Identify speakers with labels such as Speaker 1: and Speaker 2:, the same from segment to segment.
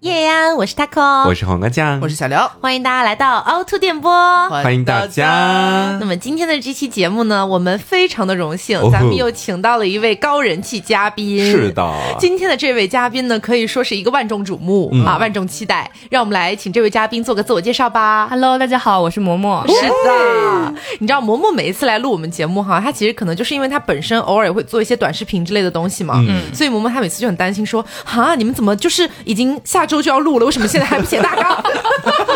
Speaker 1: 夜呀，我是 taco，
Speaker 2: 我是黄瓜酱，
Speaker 3: 我是小刘，
Speaker 1: 欢迎大家来到凹凸电波。
Speaker 2: 欢迎大 家
Speaker 1: 那。么今天的这期节目呢，我们非常的荣幸
Speaker 2: 哦，
Speaker 1: 咱们又请到了一位高人气嘉宾。
Speaker 2: 是。的，
Speaker 1: 今天的这位嘉宾呢，可以说是一个万众瞩目、
Speaker 2: 嗯
Speaker 1: 啊，万众期待。让我们来请这位嘉宾做个自我介绍吧。
Speaker 4: Hello，大家好，我是嬷嬷。
Speaker 1: 是的，你知道嬷嬷每一次来录我们节目哈，她其实可能就是因为她本身偶尔也会做一些短视频之类的东西嘛，
Speaker 2: 嗯
Speaker 1: 所以嬷嬷她每次就很担心说，哈，你们怎么就是已经下周就要录了，为什么现在还不写大纲？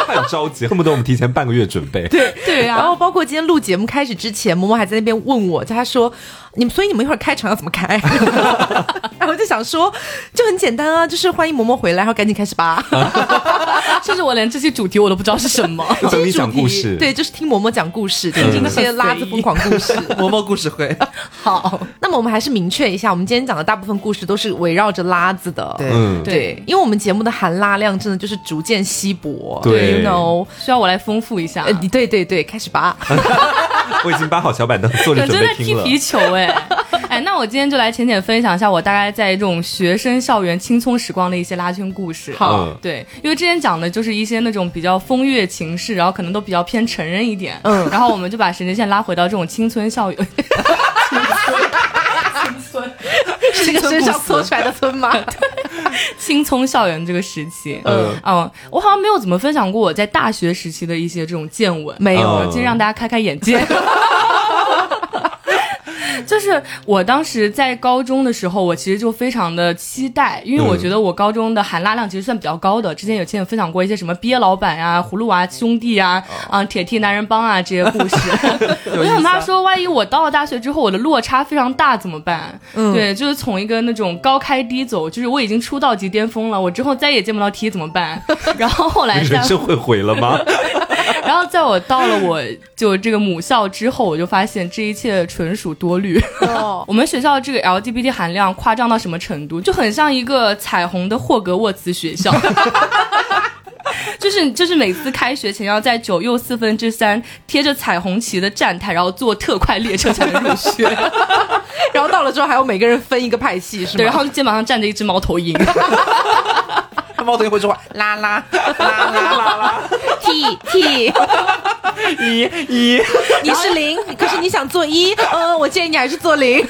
Speaker 2: 很着急， 恨不得我们提前半个月准备。对，
Speaker 1: 对啊，然后包括今天录节目开始之前，嬷嬷还在那边问我，她说你们，所以你们一会儿开场要怎么开？ 然后我就想说，就很简单啊，就是欢迎嬷嬷回来，然后赶紧开始吧。
Speaker 2: 啊
Speaker 4: 甚至我连这期主题我都不知道是什 么。
Speaker 2: 等你讲
Speaker 1: 主题
Speaker 2: 故事。嗯
Speaker 1: 对，，就是听嬷嬷讲故事，听这
Speaker 4: 的很
Speaker 1: 些拉子
Speaker 4: 随意
Speaker 1: 疯狂故事。
Speaker 3: 嬷嬷故事 会，
Speaker 1: 好，那么我们还是明确一下，我们今天讲的大部分故事都是围绕着拉子的。
Speaker 3: 对
Speaker 2: 嗯，
Speaker 1: 对，因为我们节目的含拉量真的就是逐渐稀薄。
Speaker 2: 对
Speaker 1: y o u know，
Speaker 4: 需要我来丰富一下，啊
Speaker 3: 哎
Speaker 1: 呃，对对对，开始吧。
Speaker 2: 啊我已经搬好小板凳，坐着
Speaker 4: 我真
Speaker 2: 准
Speaker 4: 的
Speaker 2: 备
Speaker 4: 踢
Speaker 2: 听了。
Speaker 4: 皮球哎、哎，那我今天就来浅浅分享一下我大概在这种学生校园青葱时光的一些拉圈故事。
Speaker 1: 好
Speaker 2: 嗯
Speaker 4: 对，因为之前讲的就是一些那种比较风月情事，然后可能都比较偏成人一点。
Speaker 1: 嗯
Speaker 4: 然后我们就把时间线拉回到这种青春校园。
Speaker 1: 是 这个身上搓出来的村 吗？
Speaker 4: 青葱校园这个时期，
Speaker 2: 嗯
Speaker 4: 嗯，我好像没有怎么分享过我在大学时期的一些这种见闻，
Speaker 1: 没
Speaker 2: 有
Speaker 4: 嗯今天让大家开开眼 界。就是我当时在高中的时候，我其实就非常的期待，因为我觉得我高中的含拉量其实算比较高的。之前有些人分享过一些什么鳖老板啊、葫芦娃、兄弟啊、
Speaker 2: 嗯
Speaker 4: 啊铁剃男人帮啊这些故事，我
Speaker 2: 啊
Speaker 4: 就很怕说，万一我到了大学之后，我的落差非常大怎么办？
Speaker 1: 嗯
Speaker 4: 对，就是从一个那种高开低走，就是我已经出道即巅峰了，我之后再也见不到 T 怎么 办？然后后来在
Speaker 2: 人，生会毁了吗？
Speaker 4: 然后在我到了我就这个母校之后，我就发现这一切纯属多虑。
Speaker 1: 哦，
Speaker 4: 我们学校这个 LGBT 含量夸张到什么程度，就很像一个彩虹的霍格沃茨学校。 就是就是每次开学前要在九又四分之三贴着彩虹旗的站台，然后坐特快列车才能 入学。
Speaker 1: 然后到了之后还要每个人分一个派系，是吗？
Speaker 4: 对，然后肩膀上站着一只猫头鹰。
Speaker 3: 猫头鹰会 说话，啦啦啦啦啦啦，
Speaker 1: T T，
Speaker 3: 一一，
Speaker 1: 你是零，可是你想做一，呃，我建议你还是做零。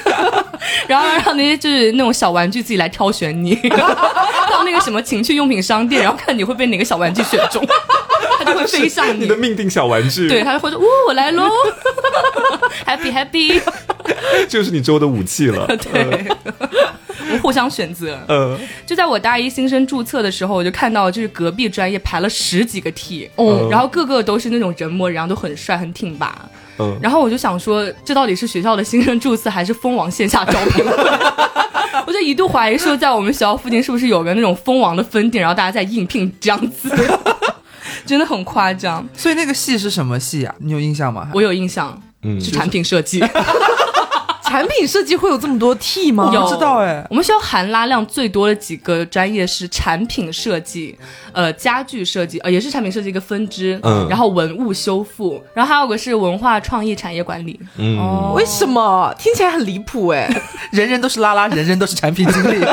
Speaker 4: 然后让那些就是那种小玩具自己来挑选你， 到那个什么情趣用品商店，然后看你会被哪个小玩具选中，它就会飞向
Speaker 2: 你的命定小玩具，
Speaker 4: 对，，它就会说：“呜、哦我来 喽，Happy Happy。
Speaker 2: 就是你之后的武器了。”
Speaker 4: 对，我们互相选择。
Speaker 2: 呃，
Speaker 4: 就在我大一新生注册的时候，我就看到就是隔壁专业排了十几个 T，
Speaker 2: 哦
Speaker 4: 然后个个都是那种人模人样，都很帅很挺拔。
Speaker 2: 嗯
Speaker 4: 然后我就想说，这到底是学校的新生注册，还是蜂王线下招聘？我就一度怀疑说，在我们学校附近是不是有个那种蜂王的分店，然后大家在应聘这样子，真的很夸张。
Speaker 3: 所以那个戏是什么戏啊？你有印象吗？
Speaker 4: 我有印象，
Speaker 2: 嗯
Speaker 4: 是产品设计。
Speaker 1: 产品设计会有这么多 T 吗？
Speaker 4: 有
Speaker 3: 不知道哎
Speaker 4: 我们学校含拉量最多的几个专业是产品设计，呃，家具设计，呃，也是产品设计一个分支，
Speaker 2: 嗯
Speaker 4: 然后文物修复，然后还有个是文化创意产业管理，
Speaker 2: 嗯，
Speaker 1: 为什么听起来很离谱哎、
Speaker 3: 人人都是啦啦，人人都是产品经 理，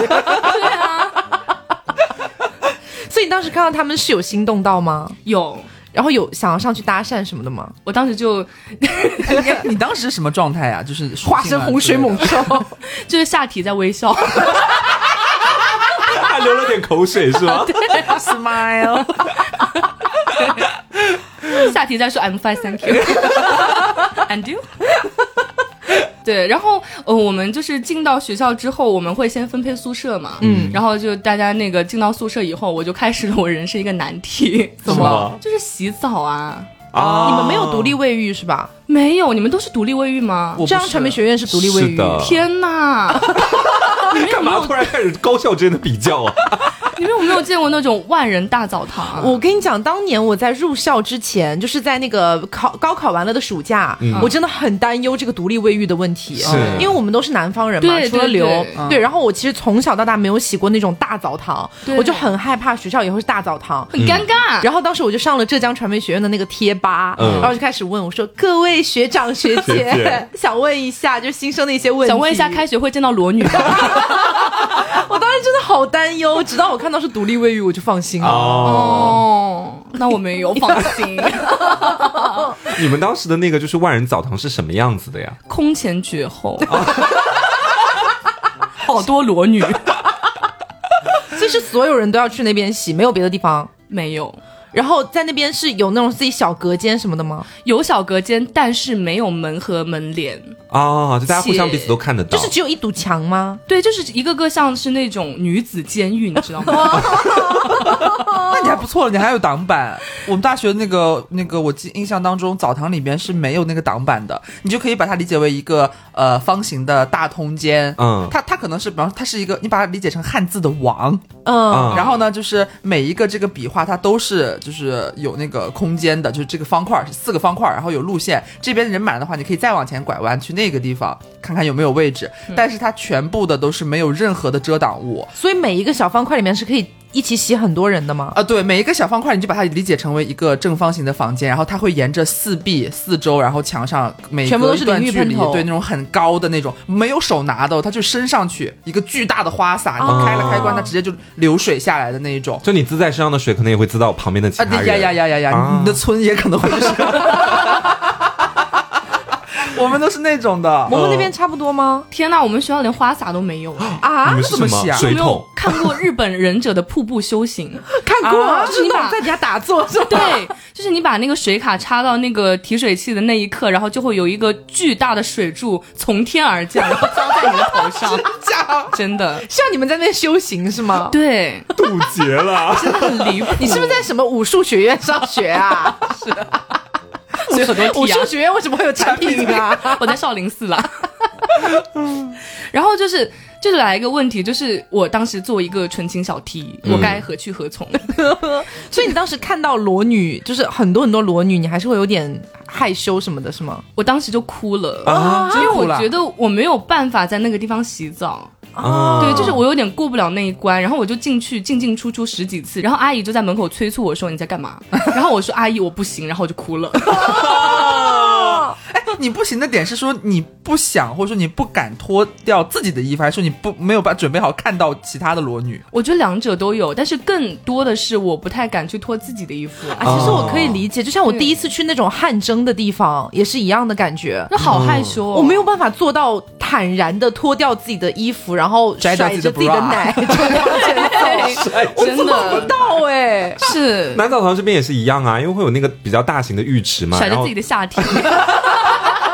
Speaker 1: 所以你当时看到他们是有心动到吗？
Speaker 4: 有。
Speaker 1: 然后有想要上去搭讪什么的吗？
Speaker 4: 我当时就
Speaker 3: 哎你你当时是什么状态啊？就是
Speaker 1: 化身洪水猛，兽，
Speaker 4: 就是下体在微笑，
Speaker 2: 还流了点口水是吗？
Speaker 3: ，smile，
Speaker 4: 下体在说 I'm fine, thank you, and you。对，然后呃，我们就是进到学校之后，我们会先分配宿舍嘛，嗯，然后就大家那个进到宿舍以后，我就开始了我人生一个难题，
Speaker 2: 怎么
Speaker 4: 就是洗澡啊。
Speaker 2: 啊
Speaker 1: 你们没有独立卫浴是吧？
Speaker 4: 没有，你们都是独立卫浴吗？
Speaker 3: 我不是
Speaker 1: 中央传媒学院是独立卫
Speaker 2: 是
Speaker 1: 浴，
Speaker 2: 的
Speaker 4: 天哪！你们有
Speaker 2: 干
Speaker 4: 没
Speaker 2: 嘛
Speaker 4: 有
Speaker 2: 突然开始高校之间的比较啊？
Speaker 4: 你们有没有见过那种万人大澡堂啊？
Speaker 1: 我跟你讲，当年我在入校之前，就是在那个考高考完了的暑假，我真的很担忧这个独立卫浴的问题，
Speaker 2: 嗯是嗯
Speaker 1: 因为我们都是南方人嘛，
Speaker 4: 对
Speaker 1: 除了
Speaker 4: 对
Speaker 1: 刘，
Speaker 4: 对
Speaker 1: 对，然后我其实从小到大没有洗过那种大澡堂，
Speaker 4: 对
Speaker 1: 我就很害怕学校以后是大澡堂。
Speaker 4: 很尴尬。
Speaker 1: 然后当时我就上了浙江传媒学院的那个贴吧，
Speaker 2: 嗯
Speaker 1: 然后就开始问我说：“各位学长学姐，
Speaker 2: 学姐
Speaker 1: 想问一下，就新生的一些问题，
Speaker 4: 想问一下，开学会见到裸女吗？
Speaker 1: 我当时真的好担忧，直到我看看到是独立卫浴，我就放心了。
Speaker 2: 哦，
Speaker 4: 哦，那我没有放心。
Speaker 2: 你们当时的那个就是万人澡堂是什么样子的呀？
Speaker 4: 空前绝后， 好多裸女，
Speaker 1: 所以是所有人都要去那边洗，没有别的地方。
Speaker 4: 没有
Speaker 1: 然后在那边是有那种自己小隔间什么的吗？
Speaker 4: 有小隔间，但是没有门和门帘。
Speaker 2: 啊，就大家互相彼此都看得到，啊
Speaker 1: 就是只有一堵墙吗？
Speaker 4: 对，就是一个个像是那种女子监狱，你 知道吗？
Speaker 3: 那你还不错了，你还有挡板。我们大学那个那个，我记印象当中，澡堂里边是没有那个挡板的，你就可以把它理解为一个呃方形的大通间。
Speaker 2: 嗯
Speaker 3: 它它可能是，比方说它是一个，你把它理解成汉字的王。
Speaker 1: 嗯
Speaker 2: 啊
Speaker 3: 然后呢，就是每一个这个笔画，它都是就是有那个空间的，就是这个方块是四个方块，然后有路线。这边人满的话，你可以再往前拐弯去那个地方看看有没有位置。但是它全部的都是没有任何的遮挡物
Speaker 1: 所以每一个小方块里面是可以一起洗很多人的吗？
Speaker 3: 啊，对，每一个小方块你就把它理解成为一个正方形的房间，然后它会沿着四壁四周，然后墙上每
Speaker 1: 全部
Speaker 3: 隔
Speaker 1: 都
Speaker 3: 一
Speaker 1: 是
Speaker 3: 段
Speaker 1: 淋浴
Speaker 3: 距离
Speaker 1: 喷头
Speaker 3: 对那种很高的那种没有手拿的哦，它就伸上去一个巨大的花洒，你
Speaker 1: 哦
Speaker 3: 开了开关，它直接就流水下来的那一种。
Speaker 2: 就你滋在身上的水，可能也会滋到旁边的其
Speaker 3: 啊，
Speaker 2: 他
Speaker 3: 对
Speaker 2: 人。
Speaker 3: 呀呀呀呀呀！
Speaker 2: 啊
Speaker 3: 你的村也可能会是。 我们都是那种的，
Speaker 1: 我们那边差不多吗？
Speaker 4: 天呐，我们学校连花洒 都没有，啊、
Speaker 1: 啊
Speaker 2: 你，们是什
Speaker 3: 那怎么洗啊
Speaker 2: 水
Speaker 4: 有没有
Speaker 2: 桶？
Speaker 4: 看过日本忍者的瀑布 修行？
Speaker 1: 看过，
Speaker 3: 啊
Speaker 1: 就是你
Speaker 4: 真的
Speaker 1: 把在底下打坐是吧？
Speaker 4: 对，就是你把那个水卡插到那个提水器的那一刻，然后就会有一个巨大的水柱从天而降，然后浇在你的头 上，
Speaker 3: 假
Speaker 4: 真的，
Speaker 1: 像你们在那边修行是吗？
Speaker 4: 对，
Speaker 2: 渡劫 了，
Speaker 4: 真的很离谱。
Speaker 1: 你是不是在什么武术学院上学啊？
Speaker 4: 所以很多
Speaker 1: 武
Speaker 4: 题啊
Speaker 1: 术？学院为什么会有产品啊？
Speaker 4: 我在少林寺啦。然后就是，就是来一个问题，就是我当时作为一个纯情小 T，我该何去何从？
Speaker 1: 所以你当时看到裸女，就是很多很多裸女，你还是会有点害羞什么的，是吗？
Speaker 4: 我当时就哭了，
Speaker 2: 啊
Speaker 4: 因为我
Speaker 3: 真哭了
Speaker 4: 觉得我没有办法在那个地方洗澡。
Speaker 2: 啊
Speaker 4: 对，就是我有点过不了那一关，然后我就进去进进出出十几次，然后阿姨就在门口催促我说你在干嘛？ 然后我说阿姨我不行，然后我就哭了。
Speaker 1: 哦
Speaker 3: 哎，你不行的点是说你不想，或者说你不敢脱掉自己的衣服，还是说你不没有把准备好看到其他的裸女？
Speaker 4: 我觉得两者都有，但是更多的是我不太敢去脱自己的衣服。
Speaker 1: 啊，其实我可以理解，就像我第一次去那种汗蒸的地方，也是一样的感觉。
Speaker 4: 那好害羞、哦
Speaker 1: 我没有办法做到坦然的脱掉自己的衣服，然后
Speaker 3: 摘
Speaker 1: 甩
Speaker 3: 掉
Speaker 1: 着自
Speaker 3: 自己的
Speaker 1: 己的
Speaker 3: bra
Speaker 1: 奶 就往 前走，
Speaker 4: 真
Speaker 1: 做不
Speaker 4: 的
Speaker 1: 到哎、
Speaker 4: 是
Speaker 2: 南澡堂这边也是一样啊，因为会有那个比较大型的浴池嘛，
Speaker 4: 甩
Speaker 2: 然
Speaker 4: 着
Speaker 2: 后
Speaker 4: 自己的下体，
Speaker 3: 啊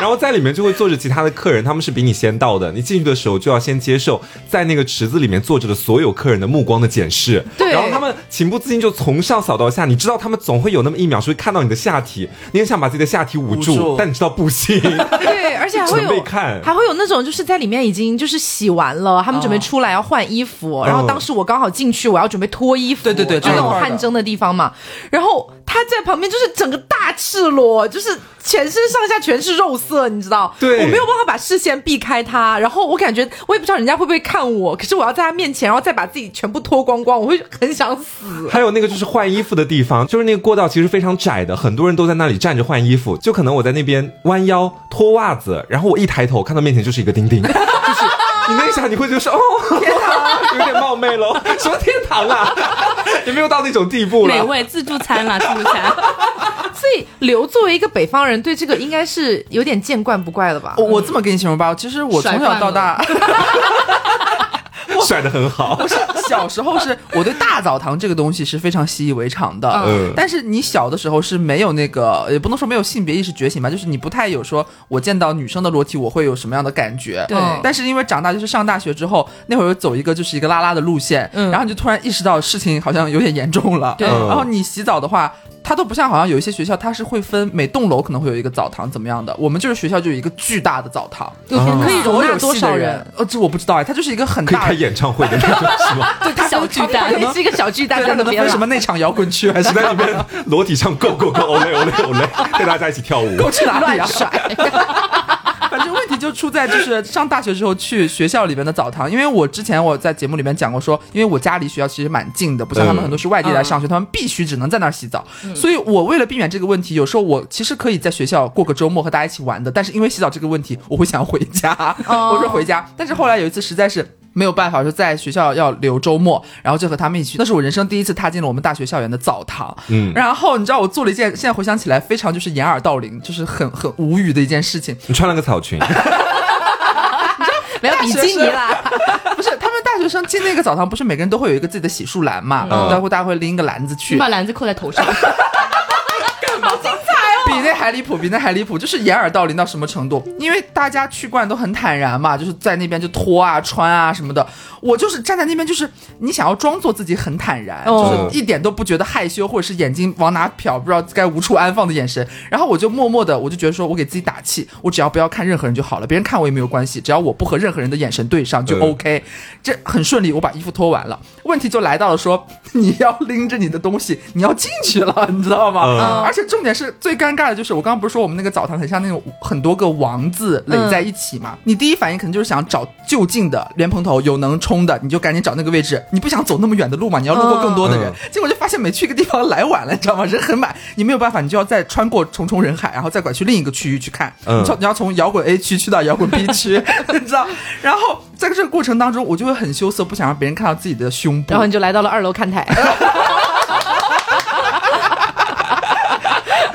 Speaker 2: 然后在里面就会坐着其他的客人，他们是比你先到的，你进去的时候就要先接受在那个池子里面坐着的所有客人的目光的检视，
Speaker 1: 对
Speaker 2: 然后他们情不自禁就从上扫到下，你知道他们总会有那么一秒是会看到你的下体，你很想把自己的下体捂住，
Speaker 3: 捂住
Speaker 2: 但你知道不行，
Speaker 1: 对，而且还
Speaker 2: 只
Speaker 1: 会
Speaker 2: 能被
Speaker 1: 有
Speaker 2: 看
Speaker 1: 还会有那种就是在里面已经就是洗完了，他们准备出来要换衣服，然后当时我刚好进去，我要准备脱衣服，
Speaker 3: 对对对
Speaker 1: 就那
Speaker 3: 这
Speaker 1: 种
Speaker 3: 一块儿的
Speaker 1: 汗蒸的地方嘛。然后他在旁边就是整个大赤裸，就是全身上下全是肉色，你知道？
Speaker 2: 对
Speaker 1: 我没有办法把视线避开他，然后我感觉我也不知道人家会不会看我，可是我要在他面前，然后再把自己全部脱光光，我会很想死。
Speaker 2: 还有那个就是换衣服的地方，就是那个过道其实非常窄的，很多人都在那里站着换衣服。就可能我在那边弯腰脱袜子，然后我一抬头看到面前就是一个丁丁， 就是你那一下你会就是哦， 天堂有点冒昧 喽，什么天堂啊， 也没有到那种地步
Speaker 4: 美
Speaker 2: 了。
Speaker 4: 味自助餐啦，自助 餐。
Speaker 3: 嗯
Speaker 1: 所以刘作为一个北方人，对这个应该是有点见怪不怪了吧
Speaker 3: 我？我这么跟你形容吧，其实我
Speaker 4: 甩
Speaker 3: 从小
Speaker 4: 饭
Speaker 3: 到大，
Speaker 2: 甩的很好，
Speaker 3: 不是 小时候是我对大澡堂这个东西是非常习以为常的，
Speaker 2: 嗯
Speaker 3: 但是你小的时候是没有那个，也不能说没有性别意识觉醒吧，就是你不太有说我见到女生的裸体我会有什么样的感觉，
Speaker 4: 对
Speaker 2: 嗯
Speaker 3: 但是因为长大就是上大学之后，那会儿走一个就是一个拉拉的路线，
Speaker 1: 嗯
Speaker 3: 然后你就突然意识到事情好像有点严重了，
Speaker 4: 对
Speaker 2: 嗯
Speaker 3: 然后你洗澡的话。它都不像，好像有一些学校它是会分每栋楼可能会有一个澡堂怎么样的。我们就是学校就有一个巨大的澡堂，
Speaker 1: 可以容
Speaker 3: 所
Speaker 1: 纳
Speaker 3: 有
Speaker 1: 多
Speaker 3: 系的
Speaker 1: 少
Speaker 3: 人
Speaker 1: 人？？
Speaker 3: 呃，这我不知道哎，它就是一个很
Speaker 2: 可以
Speaker 3: 大
Speaker 2: 开演唱会的那种 是吗？
Speaker 3: 对，它
Speaker 4: 小巨蛋
Speaker 1: 也 是一个小巨蛋
Speaker 3: 对，
Speaker 1: 在
Speaker 3: 他
Speaker 1: 那
Speaker 3: 可能
Speaker 4: 啊
Speaker 1: 边
Speaker 3: 分什
Speaker 1: 了。
Speaker 3: 么内场摇滚区还是
Speaker 2: 在里面裸体唱 Go Go Go 欧嘞欧嘞欧嘞，带大家一起跳舞。
Speaker 3: 我去哪里 啊
Speaker 1: 乱？甩，
Speaker 3: 反正问题就出在就是上大学之后去学校里面的澡堂，因为我之前我在节目里面讲过说，因为我家离学校其实蛮近的，不像他们
Speaker 2: 嗯
Speaker 3: 很多是外地来上学，他们必须只能在那儿洗澡，所以我为了避免这个问题，有时候我其实可以在学校过个周末和 大家一起玩的，但是因为洗澡这个问题，我会想回家，我会回家，但是后来有一次实在是。没有办法说在学校要留周末，然后就和他们一起去。那是我人生第一次踏进了我们大学校园的澡堂。
Speaker 2: 嗯
Speaker 3: 然后你知道我做了一件，现在回想起来非常就是掩耳盗铃，就是很很无语的一件事情。
Speaker 2: 你穿了个草裙，
Speaker 1: 没有比基尼啦，
Speaker 3: 不是，他们大学生进那个澡堂，不是每个人都会有一个自己的洗漱篮嘛？
Speaker 2: 嗯
Speaker 3: 然后大家会拎一个篮子去
Speaker 4: 你把，篮子扣在 头上，
Speaker 3: 比那还离谱，比那还离谱，就是掩耳盗铃到什么程度？因为大家去惯都很坦然嘛，就是在那边就脱啊、穿啊什么的。我就是站在那边，就是你想要装作自己很坦然，
Speaker 1: 哦
Speaker 3: 就是一点都不觉得害羞，或者是眼睛往哪瞟，不知道该无处安放的眼神。然后我就默默的，我就觉得说我给自己打气，我只要不要看任何人就好了，别人看我也没有关系，只要我不和任何人的眼神对上就
Speaker 2: 嗯
Speaker 3: OK。这很顺利，我把衣服脱完了。问题就来到了说， 你要拎着你的东西，你要进去了，你知道吗？
Speaker 2: 嗯
Speaker 3: 而且重点是最尴尬的就是，我刚刚不是说我们那个澡堂很像那种很多个王字垒在一起嘛？你第一反应可能就是想找就近的莲蓬头有能冲的，你就赶紧找那个位置。你不想走那么远的路嘛？你要路过更多的人。
Speaker 2: 嗯
Speaker 3: 结果就发现每去一个地方来晚了，你知道吗？人很满，你没有办法，你就要再穿过重重人海，然后再拐去另一个区域去看。
Speaker 2: 嗯
Speaker 3: 你从你要从摇滚 A 区去到摇滚 B 区， 你知道？然后在这个过程当中，我就会很羞涩，不想让别人看到自己的胸部。
Speaker 1: 然后你就来到了二楼看 台，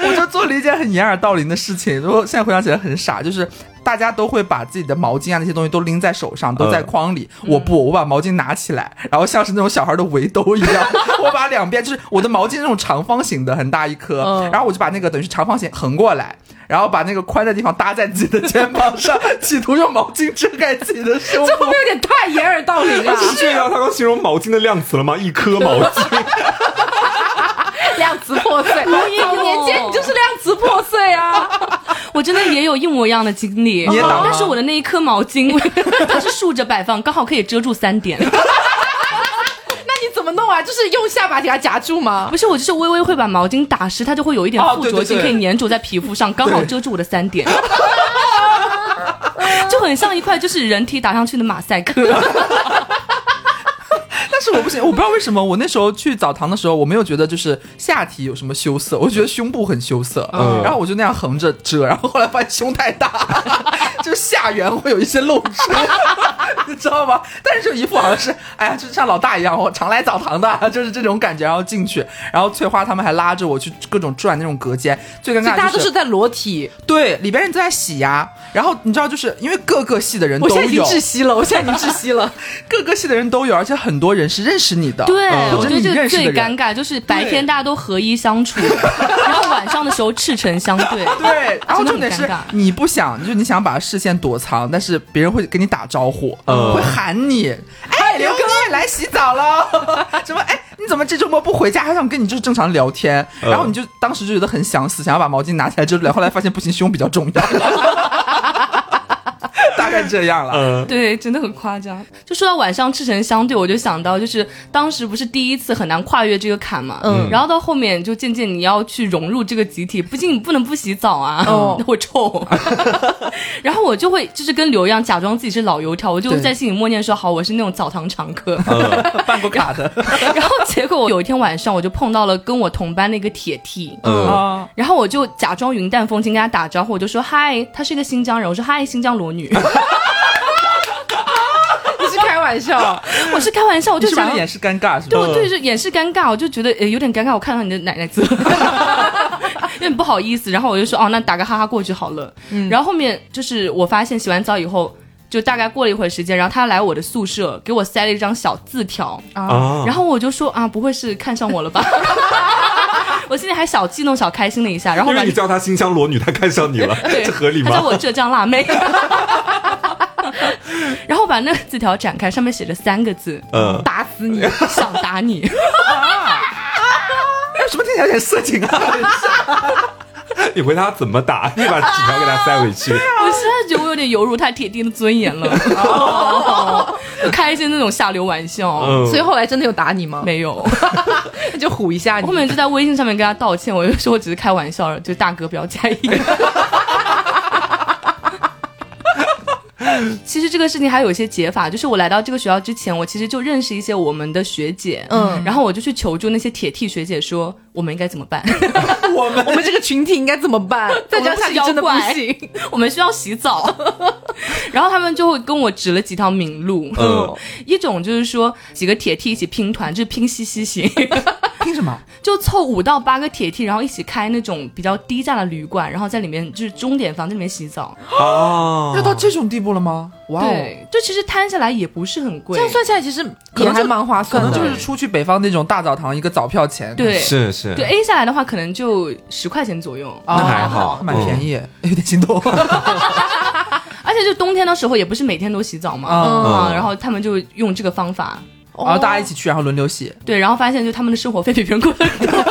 Speaker 3: 我就做了一件很掩耳盗铃的事情，然后现在回想起来很傻，就是大家都会把自己的毛巾啊那些东西都拎在手上，都在筐里。我不，我把毛巾拿起来，然后像是那种小孩的围兜一样，我把两边就是我的毛巾那种长方形的很大一颗，
Speaker 1: 嗯
Speaker 3: 然后我就把那个等于是长方形横过来。然后把那个宽的地方搭在自己的肩膀上，企图用毛巾遮盖自己的胸
Speaker 1: 这
Speaker 3: 部
Speaker 1: 会不。会有点太掩耳盗铃
Speaker 4: 啊
Speaker 1: 了？
Speaker 2: 是这样？他刚形容毛巾的量词了吗？一颗毛 巾，
Speaker 1: 量词破 碎，哦
Speaker 4: 有
Speaker 1: 早年间你就是量词破碎啊！
Speaker 4: 我真的也有一模一样的经历，
Speaker 3: 你也倒吗
Speaker 4: 但是我的那一颗毛巾， 它是竖着摆放，刚好可以遮住三点。
Speaker 1: 那你怎么弄啊？就是用下巴给它夹住吗？
Speaker 4: 不是，我就是微微会把毛巾打湿，它就会有一点
Speaker 3: 哦
Speaker 4: 附
Speaker 3: 对
Speaker 4: 着
Speaker 3: 对
Speaker 4: 性，
Speaker 3: 对
Speaker 4: 可以粘着在皮肤上，刚好遮住我的三点。 就很像一块就是人体打上去的马赛克，
Speaker 3: 但是我不行，我不知道为什么，我那时候去澡堂的时候，我没有觉得就是下体有什么羞涩，我觉得胸部很羞涩，
Speaker 2: 嗯
Speaker 3: 然后我就那样横着遮，然后后来发现胸太大， 就是下缘会有一些露出， 你知道吗？但是就一副好像是，哎呀，就是像老大一样，我常来澡堂的， 就是这种感觉，然后进去，然后翠花他们还拉着我去各种转那种隔间，最尴
Speaker 1: 所
Speaker 3: 尬
Speaker 1: 以
Speaker 3: 的
Speaker 1: 大家
Speaker 3: 就
Speaker 1: 都是在裸体，
Speaker 3: 对里边人都在洗呀、然后你知道就是因为各个系的人都
Speaker 1: 我
Speaker 3: 有，
Speaker 1: 现在已经窒息了，我现在已经窒 息了。
Speaker 3: 各个系的人都有，而且很多人是认识你的，
Speaker 4: 对
Speaker 3: 嗯
Speaker 4: 我觉
Speaker 3: 或者
Speaker 4: 得
Speaker 3: 你
Speaker 4: 这个
Speaker 3: 认识的
Speaker 4: 最尴
Speaker 3: 人
Speaker 4: 尬，就是白天
Speaker 3: 对
Speaker 4: 大家都合一相处，然后晚上的时候赤诚相对。
Speaker 3: 对，然后重
Speaker 4: 真的
Speaker 3: 点
Speaker 4: 很尴
Speaker 3: 是
Speaker 4: 尬。
Speaker 3: 你不想，就是你想把视线躲藏，但是别人会给你打招呼，
Speaker 2: 嗯
Speaker 3: 会喊你，哎，刘哥来洗澡了， 什么哎，你怎么这周末不回家？还想跟你就是正常聊天，
Speaker 2: 嗯
Speaker 3: 然后你就当时就觉得很想死，想要把毛巾拿起来遮住脸，后来发现不行，胸比较重 要，大概这样了。
Speaker 2: 嗯，
Speaker 4: 对，真的很夸张。就说到晚上赤诚相对，我就想到就是当时不是第一次很难跨越这个坎嘛，
Speaker 1: 嗯
Speaker 4: 然后到后面就渐渐你要去融入这个集体，毕竟你不能不洗澡啊，
Speaker 1: 哦
Speaker 4: 那会臭。然后我就会就是跟刘一样，假装自己是老油条，我就
Speaker 3: 对
Speaker 4: 在心里默念说好，我是那种澡堂常客。
Speaker 3: 办过嗯卡的，
Speaker 4: 然后结果我有一天晚上我就碰到了跟我同班的一个铁 T，
Speaker 2: 嗯
Speaker 3: 啊，
Speaker 4: 然后我就假装云淡风轻跟他打招呼，我就说嗨，她是一个新疆人，我说嗨，新疆裸女，
Speaker 1: 你是开玩笑，
Speaker 4: 我是开玩笑，我
Speaker 3: 你
Speaker 4: 就是
Speaker 3: 不
Speaker 4: 想要
Speaker 3: 是掩饰尴尬？是
Speaker 4: 对，
Speaker 3: 吧？
Speaker 2: 嗯
Speaker 4: 我对着掩饰尴尬，我就觉得呃有点尴尬，我看到你的奶奶子， 有点不好意思，然后我就说哦，那打个哈哈过去好了。
Speaker 2: 嗯
Speaker 4: 然后后面就是我发现洗完澡以后，就大概过了一会儿时间，然后他来我的宿舍给我塞了一张小字条，
Speaker 2: 啊
Speaker 4: 然后我就说啊，不会是看上我了吧？ 我心里还小激动、小开心了一下，然后
Speaker 2: 因为
Speaker 4: 完
Speaker 2: 你叫她新疆裸女，她看上你了，
Speaker 4: 对，
Speaker 2: 这合理
Speaker 4: 他
Speaker 2: 吗
Speaker 4: 叫？我浙江辣妹。 然后把那个字条展开，上面写着三个字：
Speaker 2: 嗯
Speaker 4: 打死你，想打你。
Speaker 3: 哎，什么听起来有点色情啊？
Speaker 2: 你回她怎么打？你把纸条给她塞回去，
Speaker 4: 我现在觉得我有点犹如他铁定的尊严了，就开一些那种下流玩笑，
Speaker 2: 嗯，
Speaker 1: 所以后来真的有打你吗？
Speaker 4: 没有。
Speaker 1: 就唬一下
Speaker 4: 我
Speaker 1: 你。
Speaker 4: 后面就在微信上面跟他道歉，我就说我只是开玩笑了，就大哥不要介意。其实这个事情还有一些解法，就是我来到这个学校之前，我其实就认识一些我们的学姐，
Speaker 1: 嗯
Speaker 4: 嗯，然后我就去求助那些铁 T 学姐说我们应该怎么办，
Speaker 1: 我们这个群体应该怎么办？再这样下去真的不行。
Speaker 4: 我们需要洗澡，然后他们就会跟我指了几条明路，
Speaker 2: 嗯
Speaker 4: 一种就是说几个铁梯一起拼团，就是拼夕夕型，
Speaker 3: 凭什么？
Speaker 4: 就凑五到八个铁梯，然后一起开那种比较低价的旅馆，然后在里面就是钟点房在里面洗澡。啊
Speaker 2: 哦，
Speaker 3: 要到这种地步了吗？哇哦！
Speaker 4: 对，就其实摊下来也不是很贵，
Speaker 1: 这样算下来其实
Speaker 3: 能
Speaker 1: 也还
Speaker 3: 就
Speaker 1: 蛮划
Speaker 3: 可
Speaker 1: 算的，
Speaker 3: 能就是出去北方那种大澡堂一个澡票钱，
Speaker 4: 对
Speaker 2: 是是，
Speaker 4: 对 A 下来的话，可能就十块钱左右。
Speaker 3: 哦，
Speaker 2: 那还好嗯
Speaker 3: 蛮便宜，有点心动。
Speaker 4: 而且就冬天的时候，也不是每天都洗澡嘛，
Speaker 3: 嗯
Speaker 4: 啊
Speaker 2: 嗯
Speaker 4: 然后他们就用这个方法，
Speaker 1: 哎哦
Speaker 3: 然后哦大家一起去，然后轮流洗。
Speaker 4: 对，然后发现就他们的生活费比别人贵很多。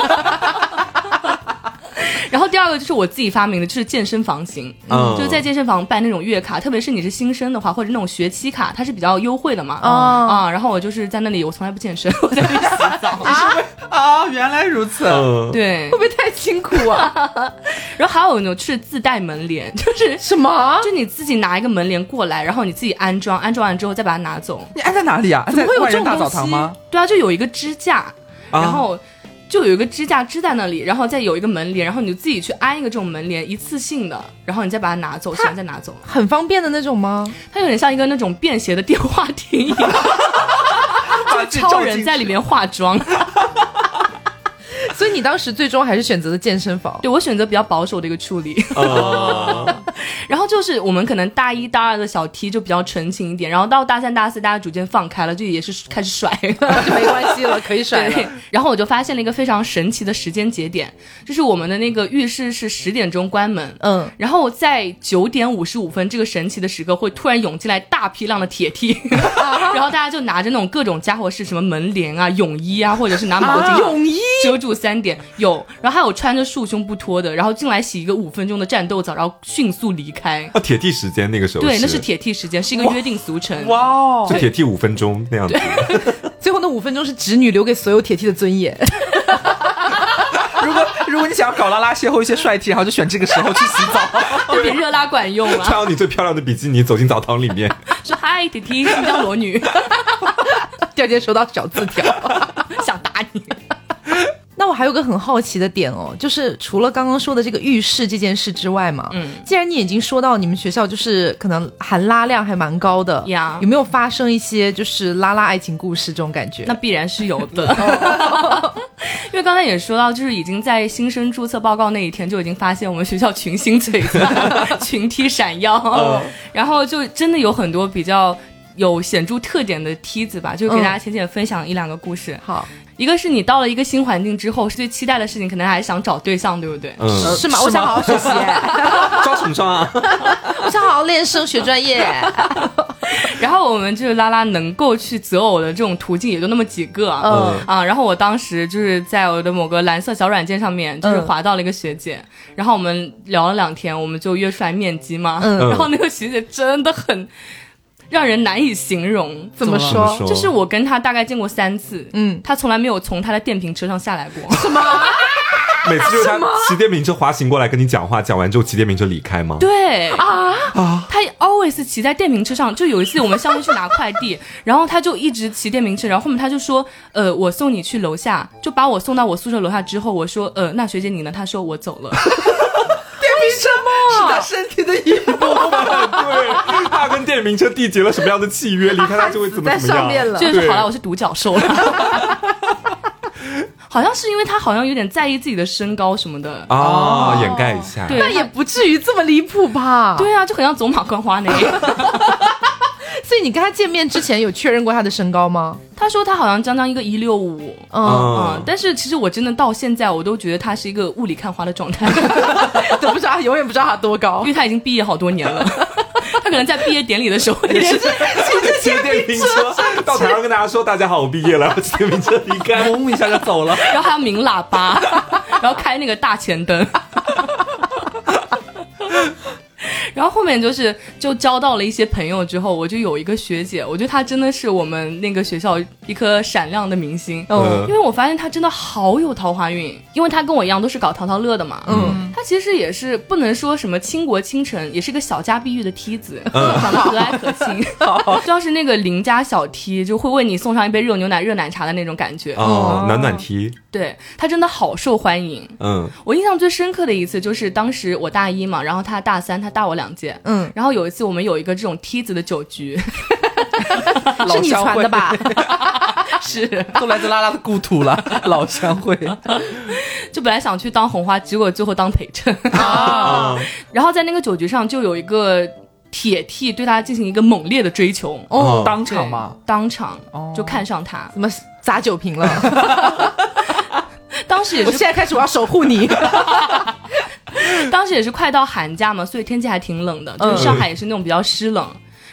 Speaker 4: 然后第二个就是我自己发明的，就是健身房型，
Speaker 2: 嗯
Speaker 4: 就是在健身房办那种月卡，特别是你是新生的话，或者那种学期卡，它是比较优惠的嘛。
Speaker 1: 哦
Speaker 4: 啊，然后我就是在那里，我从来不健身， 我在那里洗澡。
Speaker 3: 啊，原来如此。
Speaker 2: 嗯，
Speaker 4: 对
Speaker 1: 会不，会太辛苦 啊？
Speaker 4: 然后还有一种是自带门帘，就是
Speaker 1: 什么？
Speaker 4: 就你自己拿一个门帘过来，然后你自己安装，安装完之后再把它拿走。
Speaker 3: 你爱在哪里啊？
Speaker 1: 怎么会有
Speaker 3: 在万人
Speaker 1: 这种
Speaker 3: 大澡
Speaker 1: 东
Speaker 3: 堂
Speaker 1: 西
Speaker 3: 吗？
Speaker 4: 对啊，就有一个支架，
Speaker 2: 啊
Speaker 4: 然后就有一个支架支在那里，然后再有一个门帘，然后你就自己去安一个这种门帘，一次性的，然后你再把它拿走，洗完再拿走。
Speaker 1: 很方便的那种吗？
Speaker 4: 它有点像一个那种便携的电话亭一 样，
Speaker 3: 把自己啊照
Speaker 4: 超
Speaker 3: 进
Speaker 4: 人
Speaker 3: 去
Speaker 4: 在里面化妆。
Speaker 1: 所以你当时最终还是选择了健身房。
Speaker 4: 对我选择比较保守的一个处理。
Speaker 2: 哦
Speaker 4: 然后就是我们可能大一大二的小 T 就比较纯情一点，然后到大三大四大家逐渐放开了，就也是开始甩了。
Speaker 1: 就 没关系了，可以甩
Speaker 4: 对
Speaker 1: 了。，
Speaker 4: 然后我就发现了一个非常神奇的时间节点，就是我们的那个浴室是十点钟关门，呃
Speaker 1: 嗯，
Speaker 4: 然后在九点五十五分这个神奇的时刻，会突然涌进来大批量的铁梯，然后大家就拿着那种各种家伙事，什么门帘啊、泳衣啊，或者是拿毛巾、
Speaker 1: 泳衣
Speaker 4: 遮住三点有，然后还有穿着束胸不脱的，然后进来洗一个五分钟的战斗澡，然后迅速离开。
Speaker 2: 啊，铁梯时间那个时候，
Speaker 4: 对，那是，铁梯时间，是一个约定俗成。
Speaker 3: 哇哦！
Speaker 2: 就铁梯五分钟那样子，
Speaker 1: 最后那五分钟是直女留给所有铁梯的尊严。
Speaker 3: 如果如果你想要搞拉拉邂逅一些帅 T，然后就选这个时候去洗澡。
Speaker 4: 就比热拉管用
Speaker 2: 穿
Speaker 4: 啊！
Speaker 2: 好你最漂亮的比基尼走进澡堂里面，
Speaker 4: 说嗨，铁梯，新疆裸女，
Speaker 1: 第二天收到小字条。
Speaker 4: 想打你。
Speaker 1: 那我还有个很好奇的点哦，就是除了刚刚说的这个浴室这件事之外嘛，嗯，既然你已经说到你们学校就是可能含拉量还蛮高的
Speaker 4: 呀
Speaker 1: 有没有发生一些就是拉拉爱情故事这种感觉？
Speaker 4: 那必然是有的， 因为刚才也说到，就是已经在新生注册报告那一天就已经发现我们学校群星璀璨， 群体闪耀，然后就真的有很多比较。有显著特点的梯子吧，就给大家浅浅分享一两个故事。
Speaker 1: 好
Speaker 4: 一个是你到了一个新环境之后，是最期待的事情，可能还是想找对象，对不对？
Speaker 2: 嗯，
Speaker 1: 呃是吗？我想好好学习，
Speaker 2: 装什么装啊？
Speaker 1: 我想好好练声学专 业。
Speaker 4: 然后我们就是拉拉能够去择偶的这种途径也就那么几个，
Speaker 1: 嗯
Speaker 4: 啊，然后我当时就是在我的某个蓝色小软件上面，就是
Speaker 1: 嗯
Speaker 4: 滑到了一个学姐，然后我们聊了两天，我们就约出来面基嘛，
Speaker 1: 嗯
Speaker 4: 然后那个学姐真的很让人难以形容，
Speaker 1: 怎么
Speaker 3: 怎么
Speaker 1: 说？
Speaker 2: 说
Speaker 4: 就是我跟她大概见过三次，
Speaker 1: 嗯，
Speaker 4: 她从来没有从她的电瓶车上下 来过，
Speaker 2: 每次就是他 骑电瓶车滑行过来跟你讲话，讲完之后骑电瓶车离开吗？
Speaker 4: 对啊啊，他 always 骑在电瓶车上。就有一次我们相约去拿快递，然后他就一直骑电瓶车，然后后面他就说，呃，我送你去楼下，就把我送到我宿舍楼下之后，我说，呃，那学姐你呢？他说我走了。
Speaker 3: 是他身体的一部分。
Speaker 2: 对，他跟电瓶车缔结了什么样的契约？离开他就会怎么
Speaker 1: 在
Speaker 2: 怎么
Speaker 1: 上面
Speaker 2: 样？
Speaker 1: 了，
Speaker 4: 就是
Speaker 2: 对
Speaker 4: 好了，我是独角兽了。 好像是因为他好像有点在意自己的身高什么的。
Speaker 2: 啊，掩盖一下。
Speaker 4: 哦对
Speaker 1: 那也不至于这嗯么离谱吧？，
Speaker 4: 对啊，就很像走马观花那样。
Speaker 1: 所以你跟他见面之前有确认过他的身高 吗？
Speaker 4: 他说他好像将将一个一六五，
Speaker 1: 嗯，
Speaker 4: 嗯，但是其实我真的到现在我都觉得他是一个雾里看花的状态。
Speaker 1: 都不知道，永远不知道他多高
Speaker 4: 因。为他已经毕业好多年了， 他可能在毕业典礼的时候也是。
Speaker 2: 骑电瓶车到台上跟大家说：“大家好，我毕业了。” 然后骑电瓶车离开，
Speaker 3: 嗡一下就走了，
Speaker 4: 然后还要鸣喇叭，然后开那个大前灯。 然后后面就是就交到了一些朋友之后，我就有一个学姐，我觉得她真的是我们那个学校一颗闪亮的明星。
Speaker 1: 哦
Speaker 2: 嗯
Speaker 1: 呃
Speaker 4: 因为我发现她真的好有桃花运，因为她跟我一样都是搞淘淘乐的嘛。嗯，它其实也是不能说什么倾国倾城，也是个小家碧玉的梯子，长得和蔼可亲， 就像是那个邻家小梯，就会为你送上一杯热牛奶、热奶茶的那种感觉。
Speaker 2: 哦，暖暖梯，
Speaker 4: 对，它真的好受欢迎。
Speaker 2: 嗯
Speaker 4: 我印象最深刻的一次就是当时我大一嘛，然后他大三，他大我两届。
Speaker 1: 嗯，
Speaker 4: 然后有一次我们有一个这种梯子的酒 局，
Speaker 1: 是你
Speaker 3: 老乡
Speaker 1: 传
Speaker 3: 会
Speaker 1: 的吧？
Speaker 4: 是
Speaker 3: 都来自拉拉的故土了，老乡会
Speaker 2: 哦
Speaker 4: 就本来想去当红花，结果最后当陪衬。
Speaker 3: 啊，
Speaker 2: 啊
Speaker 4: 然后在那个酒局上就有一个铁 T 对他进行一个猛烈的追求，
Speaker 2: 哦
Speaker 3: 当
Speaker 4: 对
Speaker 3: 场嘛，，
Speaker 4: 当场
Speaker 3: 哦
Speaker 4: 就看上他。
Speaker 1: 怎么砸酒瓶了？
Speaker 4: 当时也
Speaker 1: 我
Speaker 4: 是
Speaker 1: 现在开始我要守护 你。
Speaker 4: 当时也是快到寒假嘛，所以天气还挺冷的，就是上海也是那种比较湿冷。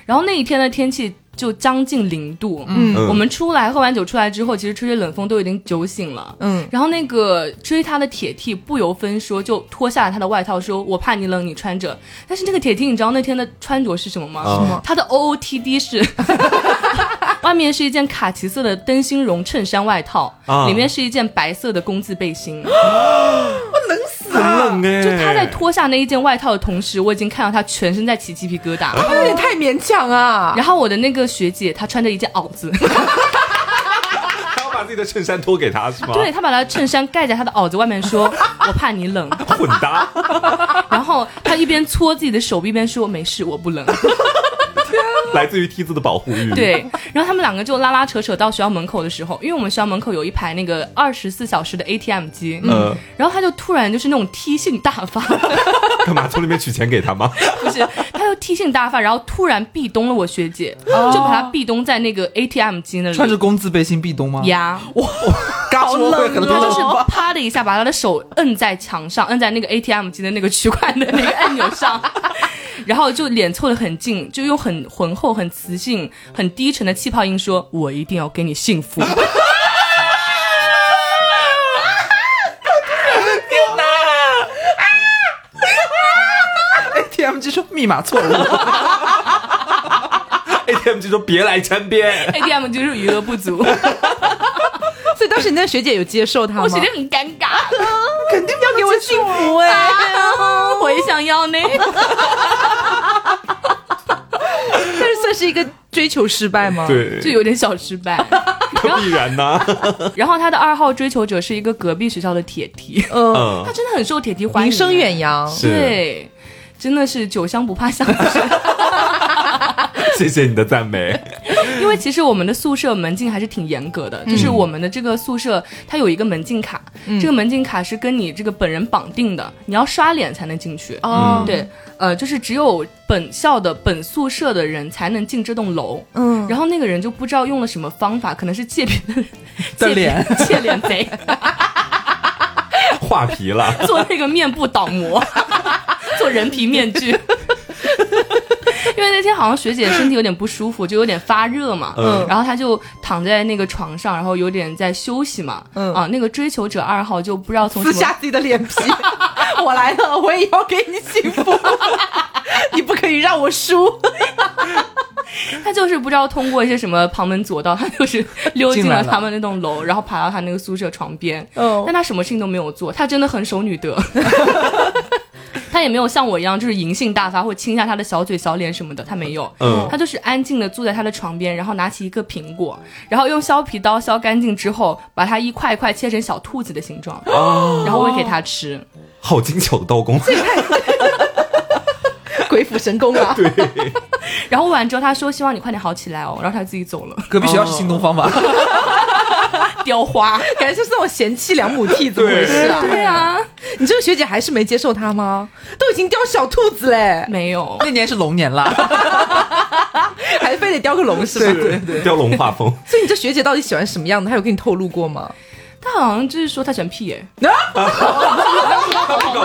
Speaker 4: 然后那一天的天气就将近零度，
Speaker 1: 嗯
Speaker 2: 嗯
Speaker 4: 我们出来喝完酒出来之后，其实吹吹冷风都已经酒醒了。
Speaker 1: 嗯，
Speaker 4: 然后那个追他的铁 T 不由分说就脱下了他的外套，说：“我怕你冷，你穿着。”但是那个铁 T 你知道那天的穿着是什么吗？
Speaker 2: 啊
Speaker 4: 他的 OOTD 是，外面是一件卡其色的灯芯绒衬衫外套，
Speaker 2: 啊
Speaker 4: 里面是一件白色的工字背心。
Speaker 2: 很冷哎，
Speaker 4: 就他在脱下那一件外套的同时，我已经看到他全身在起鸡皮疙瘩。
Speaker 1: 那也太勉强啊！
Speaker 4: 然后我的那个学姐，她穿着一件袄子，
Speaker 2: 他要把自己的衬衫脱给他是吗？
Speaker 4: 对，她把她的衬衫盖在她的袄子外面，说：“我怕你冷。
Speaker 2: 混搭，”
Speaker 4: 然后她一边搓自己的手臂，一边说：“没事，我不冷。
Speaker 2: 来自于梯子的保护欲。”，
Speaker 4: 对，
Speaker 3: 嗯
Speaker 4: 然后他们两个就拉拉扯扯到学校门口的时候，因为我们学校门口有一排那个二十四小时的 ATM 机，嗯，
Speaker 2: 呃，
Speaker 4: 然后他就突然就是那种 T 性大发，
Speaker 2: 干嘛从里面取钱给他吗？
Speaker 4: 不是， 他就 T 性大发，然后突然壁咚了我学姐，就把她壁咚在那个 ATM 机那里，
Speaker 3: 哦穿着工字背心壁咚吗？
Speaker 4: 呀，
Speaker 1: 啊
Speaker 3: 嘎说会很
Speaker 4: 他
Speaker 3: 多
Speaker 4: 就是啪的一下把他的手摁在墙上，摁在那个 ATM 机的那个取款的那个按钮上，然后就脸凑得很近，就用很浑厚、很磁性、很低沉的气泡音说：“我一定要给你幸福。”
Speaker 3: ，ATM 机说密码错误，
Speaker 2: ATM 机说别来沾边，
Speaker 4: ATM 就是余额不 足，
Speaker 1: 所以当时你那学姐有接受他吗？
Speaker 4: 我觉得很尴尬，
Speaker 3: 肯定 要给我幸福哎。
Speaker 4: 我也想要呢。
Speaker 1: 但是算是一个追求失败吗？，
Speaker 2: 对，
Speaker 4: 就有点小失败。
Speaker 2: 必然呐。
Speaker 4: 然后他的二号追求者是一个隔壁学校的铁蹄，
Speaker 1: 嗯，
Speaker 2: 嗯
Speaker 4: 他，真的很受铁蹄欢迎，啊
Speaker 1: 名声远。扬。
Speaker 2: 是
Speaker 4: 对，真的是酒香不怕巷子深。
Speaker 2: 谢谢你的赞美。
Speaker 4: 因为其实我们的宿舍门禁还是挺严格的，就是我们的这个宿舍它有一个门禁卡，这个门禁卡是跟你这个本人绑定的，你要刷脸才能进去。
Speaker 1: 哦，
Speaker 4: 对，呃，就是只有本校的本宿舍的人才能进这栋楼。
Speaker 1: 嗯，
Speaker 4: 然后那个人就不知道用了什么方法，可能是借别人
Speaker 3: 的脸，
Speaker 4: 借别借脸贼
Speaker 2: 画皮了，
Speaker 4: 做那个面部倒模， 做人皮面具。 因为那天好像学姐身体有点不舒服，就有点发热嘛，
Speaker 2: 嗯
Speaker 4: 然后她就躺在那个床上，然后有点在休息嘛，
Speaker 1: 嗯
Speaker 4: 啊，那个追求者二号就不知道从什
Speaker 1: 撕
Speaker 4: 么
Speaker 1: 下自己的脸皮， 我来了，我也要给你幸福， 你不可以让我输。
Speaker 4: 他就是不知道通过一些什么旁门左道，他就是溜进
Speaker 3: 进来
Speaker 4: 了
Speaker 3: 了
Speaker 4: 他们那栋楼，然后爬到他那个宿舍床边。
Speaker 1: 哦
Speaker 4: 但他什么事情都没有做，他真的很守女德。 他也没有像我一样，就是淫性大发，会亲一下他的小嘴、小脸什么的，他没有。
Speaker 2: 嗯
Speaker 4: 他就是安静的坐在他的床边，然后拿起一个苹果，然后用削皮刀削干净之后，把它一块一块切成小兔子的形状，
Speaker 2: 啊，
Speaker 4: 然后喂给他吃。
Speaker 2: 好精巧的刀工，
Speaker 1: 鬼斧神工啊！
Speaker 2: 对，
Speaker 4: 然后喂完之后，他说：“希望你快点好起来哦。”然后他自己走了，
Speaker 3: 隔壁学校是新东方吧？
Speaker 4: 雕花。
Speaker 1: 感觉就是那种贤妻良母替，怎么回事啊？
Speaker 4: 对啊，
Speaker 1: 你这个学姐还是没接受他吗？都已经雕小兔子嘞，
Speaker 4: 没有。
Speaker 3: 那年是龙年啦，
Speaker 1: 还非得雕个龙是吧？
Speaker 2: 对对， 雕龙画凤，
Speaker 1: 所以你这学姐到底喜欢什么样的？她有跟你透露过吗？
Speaker 4: 他好像就是说他喜欢屁耶、
Speaker 2: 搞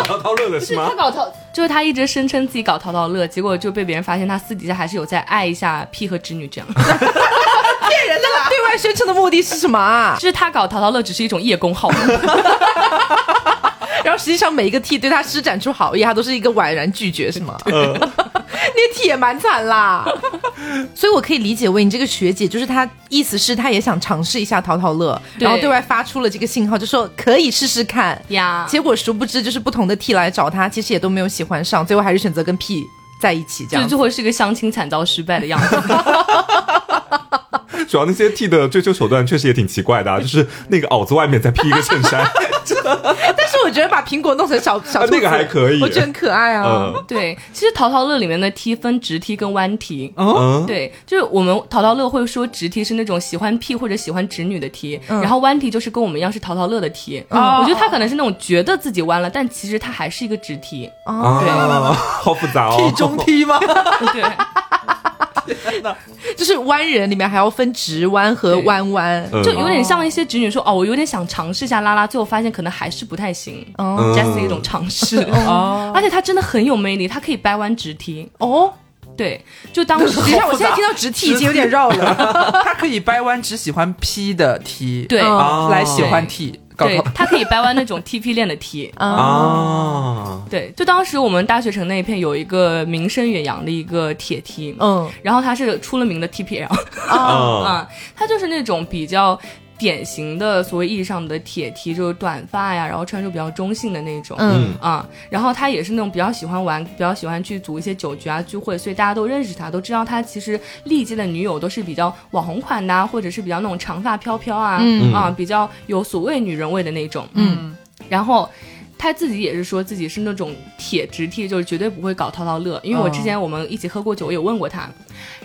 Speaker 2: 淘淘乐了是吗？
Speaker 4: 搞淘，就是他一直声称自己搞淘淘乐，结果就被别人发现他私底下还是有在爱一下屁和直女这样。
Speaker 1: 骗 人的啦！对外宣称的目的是什么啊
Speaker 4: 就？是他搞淘淘乐只是一种叶公好龙，
Speaker 2: 嗯
Speaker 1: 然后实际上每一个 T 对她施展出好意，她都是一个婉然拒绝，是吗？ 那题也蛮惨啦。所以我可以理解为你这个学姐，就是她意思是她也想尝试一下淘淘乐，
Speaker 4: 对
Speaker 1: 然后对外发出了这个信号，就说可以试试看。
Speaker 4: 呀
Speaker 1: 结果殊不知，就是不同的 T 来找她，其实也都没有喜欢上，最后还是选择跟 P 在一起这
Speaker 4: 就
Speaker 1: 样子。
Speaker 4: 最后是一个相亲惨遭失败的样子。
Speaker 2: 主要那些 T 的追求手段确实也挺奇怪的、啊，就是那个袄子外面再披一个衬衫，
Speaker 1: 但是我觉得把苹果弄成小小
Speaker 2: 啊
Speaker 1: 兔子
Speaker 2: 那个还可以
Speaker 1: 我觉得很可爱啊。
Speaker 2: 嗯
Speaker 4: 对，其实淘淘乐里面的踢分直踢跟弯踢。
Speaker 2: 嗯，
Speaker 4: 对，就是我们淘淘乐会说直踢是那种喜欢 P 或者喜欢直女的踢，然后弯踢就是跟我们一样是淘淘乐的踢。我觉得他可能是那种觉得自己弯了，但其实他还是一个直踢。
Speaker 2: 啊，好复杂哦
Speaker 3: 地，中踢 吗？
Speaker 4: 哦对，
Speaker 1: 就是弯人里面还要分直弯和
Speaker 4: 对
Speaker 1: 弯弯。
Speaker 2: 嗯
Speaker 4: 就有点像一些直女说哦，我有点想尝试一下拉拉，最后发现可能还是不太行。
Speaker 1: 哦
Speaker 2: 嗯
Speaker 4: j u s 一种尝试哦，而且他真的很有魅力，他可以掰弯直踢。
Speaker 1: 哦，
Speaker 4: 对，就当时
Speaker 1: 等一下，我现在听到直 T 已经有点绕了。
Speaker 3: 他可以掰弯只喜欢 P 的 T，
Speaker 4: 对
Speaker 2: 哦
Speaker 3: 来喜欢 T，搞
Speaker 4: 对
Speaker 3: 搞，
Speaker 4: 他可以掰弯那种 TP 恋的 T。
Speaker 1: 嗯
Speaker 2: 啊，
Speaker 4: 对，就当时我们大学城那一片有一个名声远扬的一个铁梯，
Speaker 1: 嗯
Speaker 4: 然后他是出了名的 TPL
Speaker 2: 啊，
Speaker 4: 啊，他就是那种比较典型的所谓意义上的铁梯，就是短发呀，然后穿着比较中性的那种。
Speaker 1: 嗯
Speaker 2: 嗯
Speaker 4: 啊、然后他也是那种比较喜欢玩，比较喜欢去组一些酒局啊聚会，所以大家都认识他，都知道他其实历届的女友都是比较网红款的、啊，或者是比较那种长发飘飘啊，
Speaker 1: 嗯
Speaker 4: 啊，比较有所谓女人味的那种。
Speaker 1: 嗯
Speaker 4: 然后他自己也是说自己是那种铁直替，就是绝对不会搞淘淘乐。因为我之前我们一起喝过酒，我也问过他。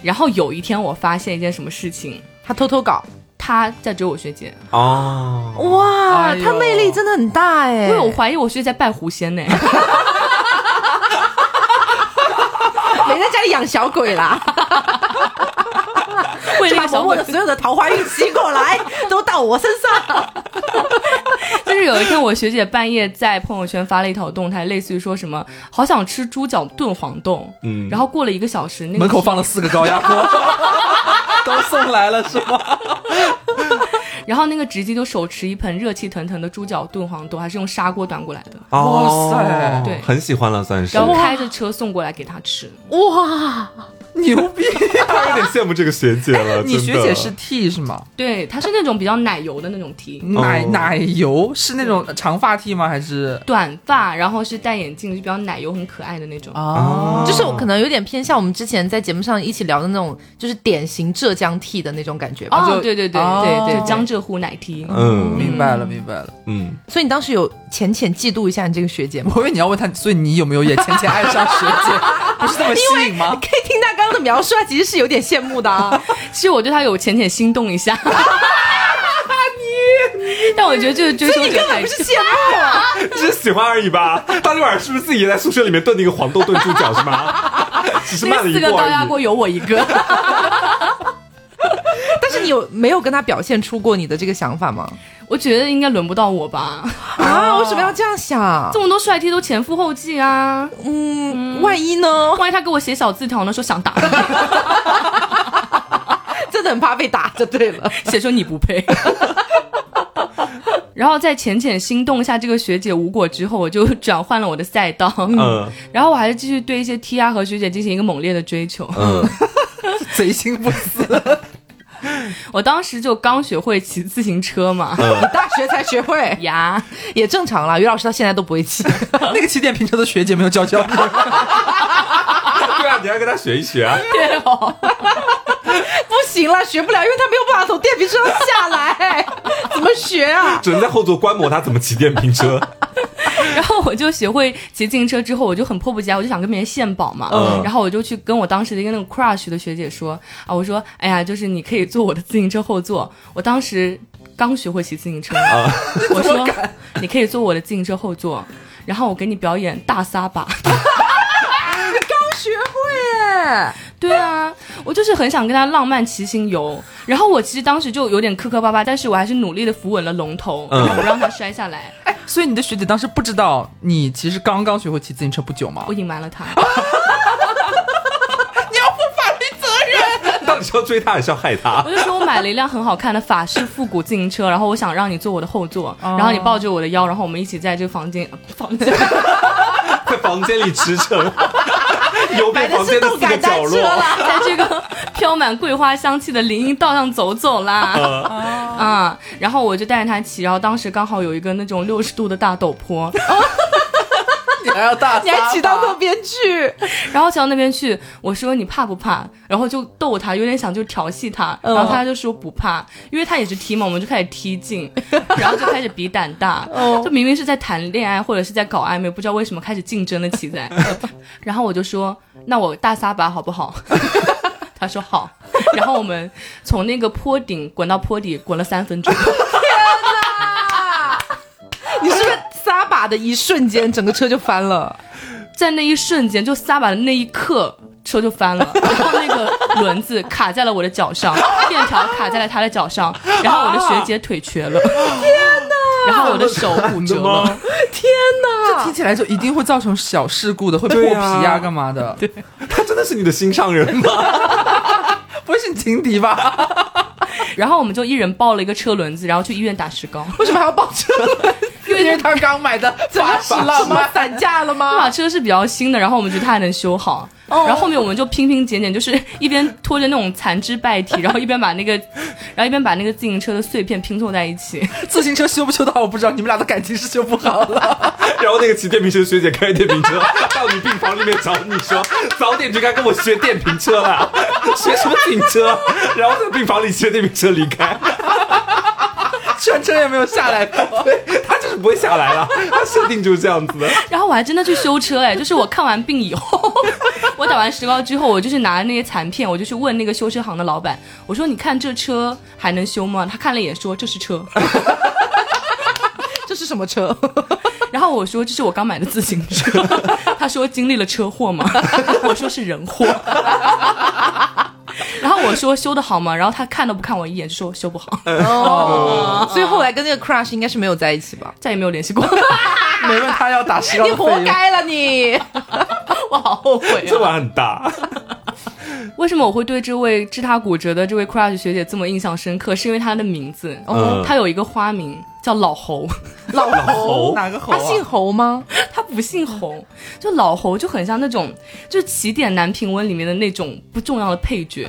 Speaker 4: 然后有一天我发现一件什么事情，
Speaker 1: 他偷偷搞，
Speaker 4: 他在追我学姐，
Speaker 2: 啊，
Speaker 1: 哇，
Speaker 3: 哎呦
Speaker 1: 他魅力真的很大哦哎、
Speaker 4: 因为我怀疑我学姐在拜狐仙 呢。
Speaker 1: 没在家里养小鬼啦，
Speaker 4: 为
Speaker 1: 就
Speaker 4: 那
Speaker 1: 把
Speaker 4: 个小
Speaker 1: 伯伯
Speaker 4: 鬼
Speaker 1: 的 所有的桃花运吸过来，都到我身 上。
Speaker 4: 就是有一天，我学姐半夜在朋友圈发了一条动态，类似于说什么“好想吃猪脚炖黄冻”，
Speaker 2: 嗯
Speaker 4: 然后过了一个小时，那个
Speaker 3: 门口放了四个高压锅， 都送来了是吗？
Speaker 4: 然后那个直机就手持一盆热气腾腾的猪脚炖黄豆，还是用砂锅端过来的，
Speaker 2: 哦
Speaker 3: 哇塞
Speaker 4: 对
Speaker 2: 很喜欢了，算是，
Speaker 4: 然
Speaker 2: 我
Speaker 4: 后开着车送过来给他吃。
Speaker 1: 哇，
Speaker 3: 牛逼！
Speaker 2: 有点羡慕这个学姐了，
Speaker 3: 哎你
Speaker 2: 真
Speaker 3: 学
Speaker 2: 的
Speaker 3: 姐是 T 是吗？
Speaker 4: 对，他是那种比较奶油的那种 T，
Speaker 3: 奶奶油是那种长发 T 吗？还是
Speaker 4: 短发，然后是戴眼镜，就比较奶油很可爱的那种。
Speaker 3: 啊？
Speaker 1: 就是我可能有点偏向我们之前在节目上一起聊的那种，就是典型浙江 T 的那种感觉吧。
Speaker 4: 哦，
Speaker 1: 就
Speaker 4: 对对对
Speaker 3: 哦
Speaker 4: 对对，江浙沪奶 T。
Speaker 2: 嗯
Speaker 3: 明白了，明白了。
Speaker 2: 嗯，
Speaker 1: 所以你当时有浅浅嫉妒一下你这个学姐吗？
Speaker 3: 我以为你要问他，所以你有没有也浅浅爱上学姐？不是这么吸引吗？
Speaker 1: 可以听他刚刚的描述，他其实是有点羡慕的 啊。
Speaker 4: 其实我对他有浅浅心动 一下。但我觉得这个追求
Speaker 1: 所以你
Speaker 4: 者
Speaker 1: 根本
Speaker 4: 太
Speaker 1: 不是羡慕啊。
Speaker 2: 只是喜欢而已吧。当天晚上是不是自己也在宿舍里面炖那个黄豆炖猪脚是吗？只是
Speaker 4: 那
Speaker 2: 慢了
Speaker 4: 个
Speaker 2: 一
Speaker 4: 四个
Speaker 2: 步
Speaker 4: 高压
Speaker 2: 而已。
Speaker 4: 锅有我一个。
Speaker 1: 但是你有没有跟他表现出过你的这个想法吗？
Speaker 4: 我觉得应该轮不到我吧，
Speaker 1: 啊，为什么要这样想？
Speaker 4: 这么多帅 T 都前赴后继啊，
Speaker 1: 嗯，万一呢？
Speaker 4: 万一他给我写小字条呢，说想打你，
Speaker 1: 真的很怕被打就对了。
Speaker 4: 写说你不配。 然后在浅浅心动一下这个学姐无果之后，我就转换了我的赛道，
Speaker 2: 嗯
Speaker 4: 然后我还是继续对一些 T R 和学姐进行一个猛烈的追求。
Speaker 2: 嗯，
Speaker 3: 贼心不死，
Speaker 4: 我当时就刚学会骑自行车嘛，
Speaker 1: 你 大学才学会
Speaker 4: 呀，
Speaker 1: 也正常啦，于老师到现在 都不会骑。
Speaker 3: 那个起点平车的学姐没有 教教你。
Speaker 2: 对啊，你要跟他学一学啊。
Speaker 4: 对哦，
Speaker 1: 不行了，学不了，因为他没有办法从电瓶车上下 来，怎么学啊？
Speaker 2: 只能在后座观摩他怎么骑电瓶车。
Speaker 4: 然后我就学会骑自行车之后，我就很迫不及待，我就想跟别人献宝嘛。
Speaker 2: 嗯
Speaker 4: 然后我就去跟我当时的一个那个 crush 的学姐说啊，我说哎呀，就是你可以坐我的自行车后座。我当时刚学会骑自行车，
Speaker 2: 啊
Speaker 4: 我说你可以坐我的自行车后座，然后我给你表演大撒把。
Speaker 1: 学会耶！
Speaker 4: 对啊，我就是很想跟他浪漫骑行游。然后我其实当时就有点磕磕巴巴，但是我还是努力的扶稳了龙头，
Speaker 2: 嗯
Speaker 4: 然后不让他摔下来。
Speaker 3: 哎，所以你的学姐当时不知道你其实刚刚学会骑自行车不久吗
Speaker 4: 我？隐瞒了他。
Speaker 2: 到底是要追他还是要害他
Speaker 4: 我？就说我买了一辆很好看的法式复古自行车，然后我想让你坐我的后座，然后你抱着我的腰，然后我们一起在这个房间，房间
Speaker 2: 在房间里驰骋，游遍房间的四个角落。
Speaker 4: 在这个飘满桂花香气的林荫道上走走啦，啊、然后我就带着他骑，然后当时刚好有一个那种六十度的大陡坡，
Speaker 3: 你还要大撒把，
Speaker 1: 你还骑到那边去，
Speaker 4: 然后骑到那边去，我说你怕不怕？然后就逗他，有点想就调戏他，
Speaker 1: 嗯
Speaker 4: 然后他就说不怕，因为他也是踢嘛，我们就开始踢进，然后就开始比胆大，就明明是在谈恋爱或者是在搞暧昧，不知道为什么开始竞争的起来，然后我就说那我大撒把好不好？ 他说好，然后我们从那个坡顶滚到坡底，滚了三分钟。
Speaker 1: 你是不是撒把的一瞬间，整个车就翻了？
Speaker 4: 在那一瞬间，就撒把的那一刻，车就翻了，然后那个轮子卡在了我的脚上，链条卡在了他的脚上，然后我的学姐腿瘸了， 天哪！ 然后我的手骨折 了，
Speaker 1: 天
Speaker 3: 这
Speaker 1: 哪！
Speaker 3: 听起来就一定会造成小事故的，会破皮
Speaker 2: 对
Speaker 3: 啊，
Speaker 2: 啊
Speaker 3: 干嘛的？
Speaker 2: 他真的是你的心上人吗？
Speaker 3: 不会是你情敌吧？
Speaker 4: 然后我们就一人抱了一个车轮子，然后去医院打石膏，
Speaker 1: 为什么还要抱车？
Speaker 3: 因为他刚买的法式浪漫
Speaker 1: 散架了
Speaker 4: 那
Speaker 1: 吗？
Speaker 4: 把车是比较新的，然后我们觉得它还能修好。然后后面我们就拼拼剪剪，就是一边拖着那种残肢败体，然后一边把那个，然后一边把那个自行车的碎片拼凑在一起。
Speaker 3: 自行车修不修得好我不知道，你们俩的感情是修不好了。
Speaker 2: 然后那个骑电瓶车的学姐开着电瓶车到你病房里面找你说，早点就该跟我学电瓶车啦， 学什么警车？然后在病房里学电瓶车离开，
Speaker 3: 全程也没有下来过。
Speaker 2: 他就是不会下来了，他设定就是这样子的。
Speaker 4: 然后我还真的去修车，哎，就是我看完病以后， 我打完石膏之后，我就是拿那些残片，我就去问那个修车行的老板，我说你看这车还能修吗？他看了一眼说这是车，
Speaker 1: 这是什么车？
Speaker 4: 然后我说这是我刚买的自行车， 他说经历了车祸吗？ 我说是人祸。 然后我说修的好吗？然后他看都不看我一眼，就说修不好，
Speaker 1: 哦，所以后来跟那个 crush 应该是没有在一起吧？
Speaker 4: 再也没有联系过。
Speaker 3: 没问他要打石膏
Speaker 1: 你
Speaker 3: 的费
Speaker 1: 活
Speaker 3: 用，
Speaker 1: 该了 你！
Speaker 4: 我好后悔、啊。
Speaker 2: 这碗很大，
Speaker 4: 为什么我会对这位致她骨折的这位 crush 学姐这么印象深刻？是因为她的名字，哦
Speaker 2: 嗯
Speaker 4: 她有一个花名叫老侯，
Speaker 1: 老
Speaker 2: 猴
Speaker 3: 哪个猴
Speaker 1: 他
Speaker 3: 啊？
Speaker 1: 姓侯吗？
Speaker 4: 她不姓侯，就老侯就很像那种就是起点男评温里面的那种不重要的配角，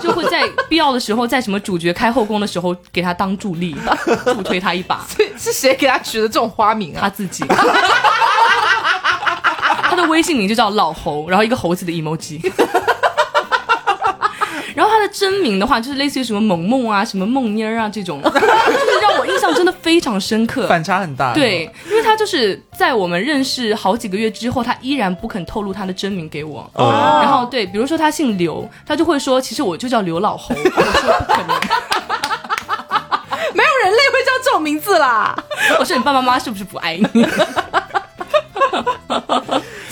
Speaker 4: 就会在必要的时候，在什么主角开后宫的时候给他当助力，助推他一把，
Speaker 1: 对，是谁给他取的这种花名啊
Speaker 4: 他？自己。 他的微信名就叫老猴，然后一个猴子的 emoji。然后他的真名的话，就是类似于什么萌萌啊、什么梦妮儿啊这种，就是让我印象真的非常深刻。
Speaker 3: 反差很大。
Speaker 4: 对，因为他就是在我们认识好几个月之后，他依然不肯透露他的真名给我。
Speaker 2: 哦
Speaker 4: 然后对，比如说他姓刘，他就会说，其实我就叫刘老猴。我说不可能，
Speaker 1: 没有人类会叫这种名字啦。
Speaker 4: 我说你爸爸妈妈是不是不爱你？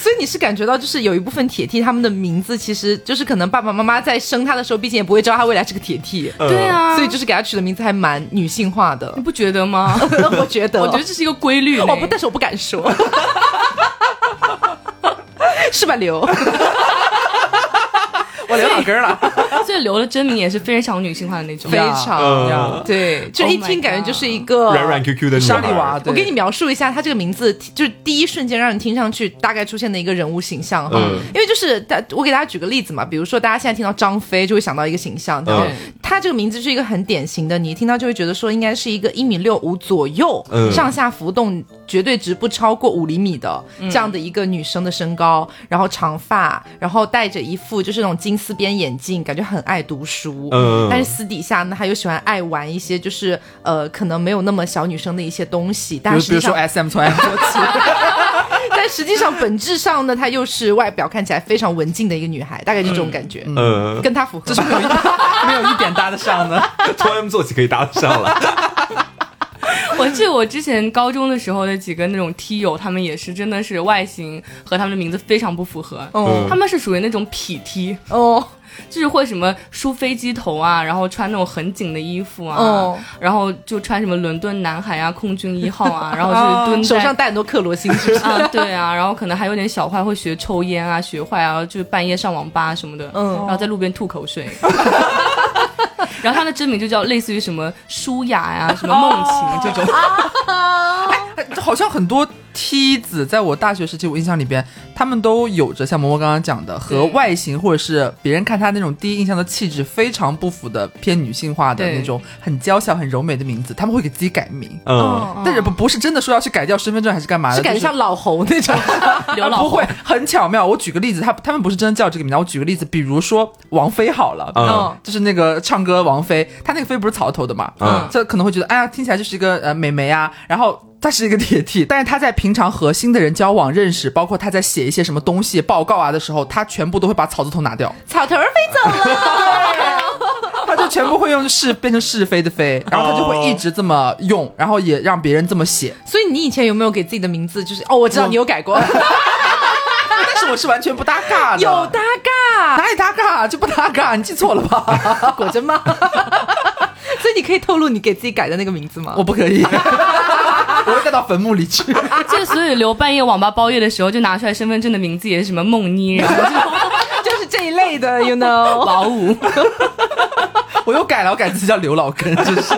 Speaker 1: 所以你是感觉到，就是有一部分铁 T 他们的名字，其实就是可能爸爸妈妈在生他的时候，毕竟也不会知道他未来是个铁 T，、
Speaker 2: 嗯
Speaker 4: 对啊，
Speaker 1: 所以就是给他取的名字还蛮女性化 的
Speaker 4: 你。不觉得吗？
Speaker 1: 我觉得，
Speaker 4: 我觉得这是一个规律呢。
Speaker 1: 哦我不，但是我不敢 说，是吧，刘？
Speaker 3: 我留哪根儿 了？
Speaker 4: 所以刘的真名也是非常女性化的那种
Speaker 1: 非。
Speaker 3: 呀
Speaker 1: 常、
Speaker 2: 嗯
Speaker 1: 对，就
Speaker 4: 呃 Oh
Speaker 1: 一
Speaker 4: my
Speaker 1: 听感觉就是一个
Speaker 2: 软软 QQ 的女孩
Speaker 3: 沙莉娃，啊对
Speaker 1: 我给你描述一下他这个名字，就是第一瞬间让人听上去大概出现的一个人物形象哈。
Speaker 2: 嗯
Speaker 1: 因为就是大，我给大家举个例子嘛，比如说大家现在听到张飞就会想到一个形象，对吧
Speaker 4: 嗯
Speaker 1: 他这个名字是一个很典型的，你一听到就会觉得说应该是一个一米六五左右，
Speaker 2: 嗯
Speaker 1: 上下浮动绝对值不超过五厘米的、这样的一个女生的身高，然后长发，然后戴着一副就是那种金丝边眼镜，感觉很爱读书，
Speaker 2: 嗯
Speaker 1: 但是私底下呢，他又喜欢爱玩一些就是呃可能没有那么小女生的一些东西，但
Speaker 3: 比
Speaker 1: 实
Speaker 3: 如
Speaker 1: 际
Speaker 3: 说哎
Speaker 1: 上
Speaker 3: SM 从 M 说起，
Speaker 1: 但实际上本质上呢，她又是外表看起来非常文静的一个女孩，大概就这种感觉，
Speaker 2: 呃，
Speaker 1: 跟她符合。
Speaker 3: 这是没有一 没有一点搭得上的。
Speaker 2: 从 M 做起可以搭得上了。
Speaker 4: 我记得我之前高中的时候的几个那种 T 友，他们也是真的是外形和他们的名字非常不符合。
Speaker 2: 嗯
Speaker 4: 嗯
Speaker 1: 哦
Speaker 4: 他们是属于那种痞 T，
Speaker 1: 哦，
Speaker 4: 就是会什么梳飞机头啊，然后穿那种很紧的衣服啊，
Speaker 1: 哦
Speaker 4: 然后就穿什么伦敦南海啊、空军一号啊，然后就是蹲在
Speaker 1: 哦手上戴很多克罗心，是不是？
Speaker 4: 啊，对啊，然后可能还有点小坏，会学抽烟啊，学坏啊，就是半夜上网吧什么的，
Speaker 1: 嗯
Speaker 4: 然后在路边吐口水。 然后他的真名就叫类似于什么舒雅呀、什么梦晴这种，
Speaker 3: 哎 好像很多梯子，在我大学时期，我印象里边，他们都有着像萌萌刚刚讲的和
Speaker 4: 对
Speaker 3: 外形或者是别人看她那种第一印象的气质非常不符的偏女性化的
Speaker 4: 对
Speaker 3: 那种很娇小、很柔美的名字，他们会给自己改名，
Speaker 2: 嗯，
Speaker 3: 但是不不是真的说要去改掉身份证哦还是干嘛的，
Speaker 1: 是感觉
Speaker 3: 啊就是
Speaker 1: 像老 侯那种，
Speaker 4: 刘
Speaker 3: 啊
Speaker 4: 老
Speaker 3: 不会，很巧妙。我举个例子，他他们不是真的叫这个名字，我举个例子，比如说王菲好了，
Speaker 2: 嗯
Speaker 3: 就是那个唱歌王菲，她那个菲不是草头的嘛，
Speaker 2: 嗯
Speaker 3: 这可能会觉得，哎呀，听起来就是一个呃美眉啊，然后。她是一个铁 T，但是她在平常和新的人交往、认识，包括她在写一些什么东西、报告啊的时候，她全部都会把草字头拿掉，
Speaker 1: 草头儿飞走了。
Speaker 3: 她就全部会用是变成是非的非，
Speaker 2: 哦
Speaker 3: 然后她就会一直这么用，然后也让别人这么写。
Speaker 1: 所以你以前有没有给自己的名字就是哦，我知道
Speaker 3: 我
Speaker 1: 你有改过，
Speaker 3: 但是我是完全不搭嘎的，
Speaker 1: 有搭
Speaker 3: 哪
Speaker 1: 嘎，
Speaker 3: 里搭嘎啊就不搭嘎，你记错了吧？
Speaker 1: 果真吗？ 所以你可以透露你给自己改的那个名字吗？
Speaker 3: 我不 可以，我会带到坟墓里去。
Speaker 4: 这所以刘半夜网吧包夜的时候，就拿出来身份证的名字也是什么梦妮，然后
Speaker 1: 就是这一类的，you know。
Speaker 4: 老五。
Speaker 3: 我又改了，我改自己叫刘老根，就是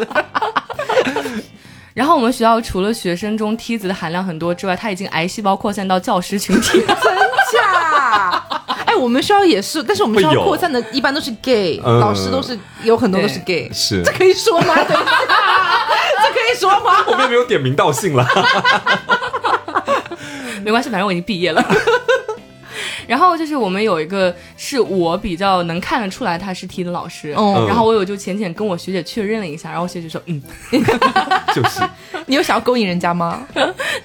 Speaker 4: 然后我们学校除了学生中梯子的含量很多之外，它已经癌细胞扩散到教师群体。
Speaker 1: 假。哎，我们学校也是，但是我们学
Speaker 2: 会
Speaker 1: 校
Speaker 2: 有
Speaker 1: 扩散的一般都是 gay，、
Speaker 2: 嗯
Speaker 1: 老师都是有很多都是 gay，
Speaker 2: 是
Speaker 1: 这可以说吗？等一下，这可以说吗？
Speaker 2: 我们也没有点名道姓了。
Speaker 4: 没关系，反正我已经毕业了。 然后就是我们有一个是我比较能看得出来他是 T 的老师，
Speaker 1: 哦
Speaker 4: 然后我有就浅浅跟我学姐确认了一下，然后学姐说 嗯，
Speaker 2: 就是
Speaker 1: 你有想要勾引人家吗？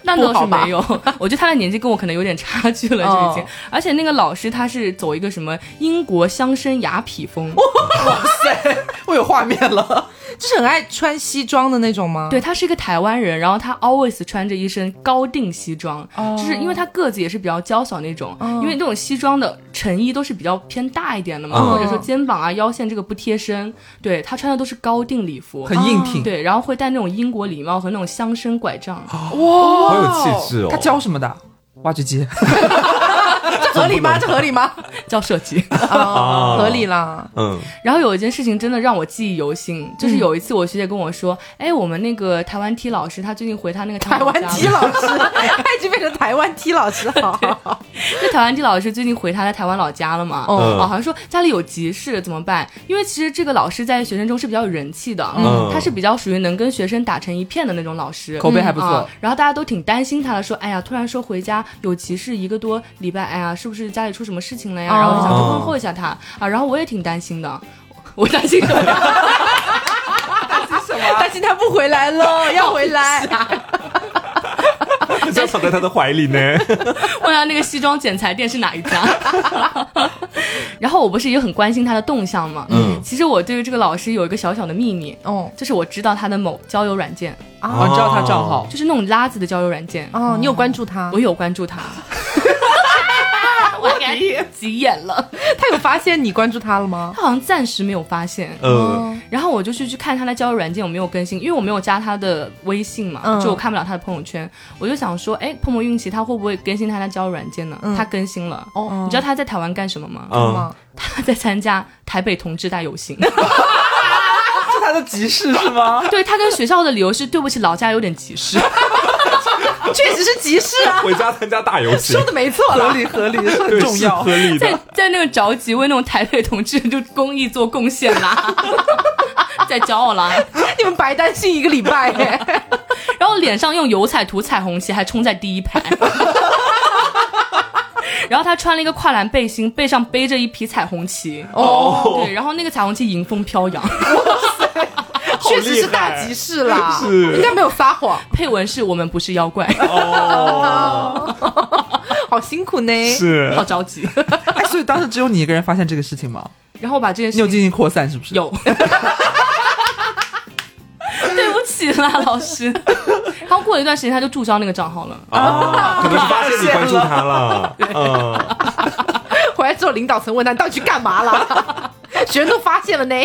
Speaker 4: 那倒
Speaker 1: 不好
Speaker 4: 是
Speaker 1: 吧
Speaker 4: 没有， 我觉得他的年纪跟我可能有点差距了就已经
Speaker 1: 哦，
Speaker 4: 而且那个老师他是走一个什么英国乡绅雅痞风，
Speaker 3: 我有画面了。
Speaker 1: 就是很爱穿西装的那种吗？
Speaker 4: 对，他是一个台湾人，然后他 always 穿着一身高定西装，
Speaker 1: 哦
Speaker 4: 就是因为他个子也是比较娇小那种，
Speaker 1: 嗯
Speaker 4: 因为这种西装的衬衣都是比较偏大一点的嘛，
Speaker 1: 嗯
Speaker 2: 哦
Speaker 4: 或者说肩膀啊、腰线这个不贴身，对他穿的都是高定礼服，
Speaker 3: 很硬挺
Speaker 4: 对，然后会戴那种英国礼帽和那种乡绅拐杖，
Speaker 1: 哦
Speaker 2: 好
Speaker 3: 哇
Speaker 2: 有气质哦
Speaker 3: 他教什么的？挖掘 机，
Speaker 1: 这合理吗？这合理吗？
Speaker 4: 叫设计。
Speaker 1: 哦
Speaker 2: 哦，
Speaker 1: 合理啦。
Speaker 2: 嗯，
Speaker 4: 然后有一件事情真的让我记忆犹新，就是有一次我学姐跟我说，哎，我们那个台湾 T 老师他最近回他那个
Speaker 1: 台湾 T
Speaker 4: 老。
Speaker 1: 老师，他已经变成台湾 T 老师好好好
Speaker 4: 那台湾地老师最近回他的台湾老家了嘛？
Speaker 2: 嗯
Speaker 4: 哦，好像说家里有急事怎么办？因为其实这个老师在学生中是比较有人气的，
Speaker 2: 嗯
Speaker 4: 他是比较属于能跟学生打成一片的那种老师。
Speaker 3: 口碑还不
Speaker 4: 啊
Speaker 3: 错。，
Speaker 4: 然后大家都挺担心他的，说，哎呀，突然说回家有急事一个多礼拜，哎呀，是不是家里出什么事情了呀？
Speaker 1: 哦
Speaker 4: 然后就想去问候一下他啊，然后我也挺担心的，我担心什么呀？
Speaker 1: 担心他不回来 了，要回来。
Speaker 4: 哎
Speaker 2: 这样躺在他的怀里 呢。
Speaker 4: 问他那个西装剪裁店是哪一家。 然后我不是也很关心他的动向吗？
Speaker 2: 嗯
Speaker 4: 其实我对于这个老师有一个小小的秘密，
Speaker 1: 哦
Speaker 4: 就是我知道他的某交友软件，
Speaker 3: 我
Speaker 2: 哦
Speaker 3: 知道他账号，
Speaker 4: 就是那种拉子的交友软件，
Speaker 1: 哦，你有关注他
Speaker 4: 我？有关注他。 我感觉急眼了，
Speaker 1: 他有发现你关注他了吗？
Speaker 4: 他好像暂时没有发现。
Speaker 2: 嗯，
Speaker 1: 哦
Speaker 4: 然后我就去去看他的交友软件有没有更新，因为我没有加他的微信嘛，
Speaker 1: 嗯
Speaker 4: 就我看不了他的朋友圈。我就想说，哎，碰碰运气，他会不会更新他的交友软件呢？他更新了。
Speaker 1: 哦
Speaker 4: 你知道他在台湾干什么吗？
Speaker 2: 嗯，
Speaker 4: 他在参加台北同志大游行。
Speaker 3: 是他的集市是 吗？
Speaker 4: 对他跟学校的理由是对不起老家有点急事。
Speaker 1: 哦确实是急事啊，
Speaker 2: 回家参加大游行
Speaker 1: 说，的没错
Speaker 3: 合
Speaker 1: 啦。
Speaker 3: 理合理，是很
Speaker 2: 对，
Speaker 3: 重
Speaker 2: 是
Speaker 3: 要。
Speaker 2: 合理
Speaker 4: 在
Speaker 2: 的。
Speaker 4: 在那个着急为那种台北同志就公益做贡献啦， 在骄傲啦，
Speaker 1: 你们白担心一个礼拜哎，
Speaker 4: 然后脸上用油彩涂彩虹旗，还冲在第一排。 然后他穿了一个跨栏背心，背上背着一匹彩虹旗。
Speaker 2: 哦
Speaker 4: 对，然后那个彩虹旗迎风飘扬，
Speaker 2: 好
Speaker 1: 确实
Speaker 2: 厉
Speaker 1: 是大
Speaker 2: 害
Speaker 1: 集市啦，
Speaker 2: 是
Speaker 1: 应该没有撒谎，
Speaker 4: 配文是我们不是 妖怪，
Speaker 2: 哦，
Speaker 1: 好辛苦呢。
Speaker 2: 是
Speaker 4: 好着急。
Speaker 3: 哎，所以当时只有你一个人发现这个事情吗？
Speaker 4: 然后把这件
Speaker 3: 你
Speaker 4: 事
Speaker 3: 有
Speaker 4: 情
Speaker 3: 进行扩散是不是？
Speaker 4: 有。 对不起啦，老师。然后过了一段时间，他就注销那个账号了。
Speaker 2: 啊，可能是发现你关注他了。 嗯，
Speaker 1: 回来之后，领导层问他你到底去干嘛啦？学生都发现了呢。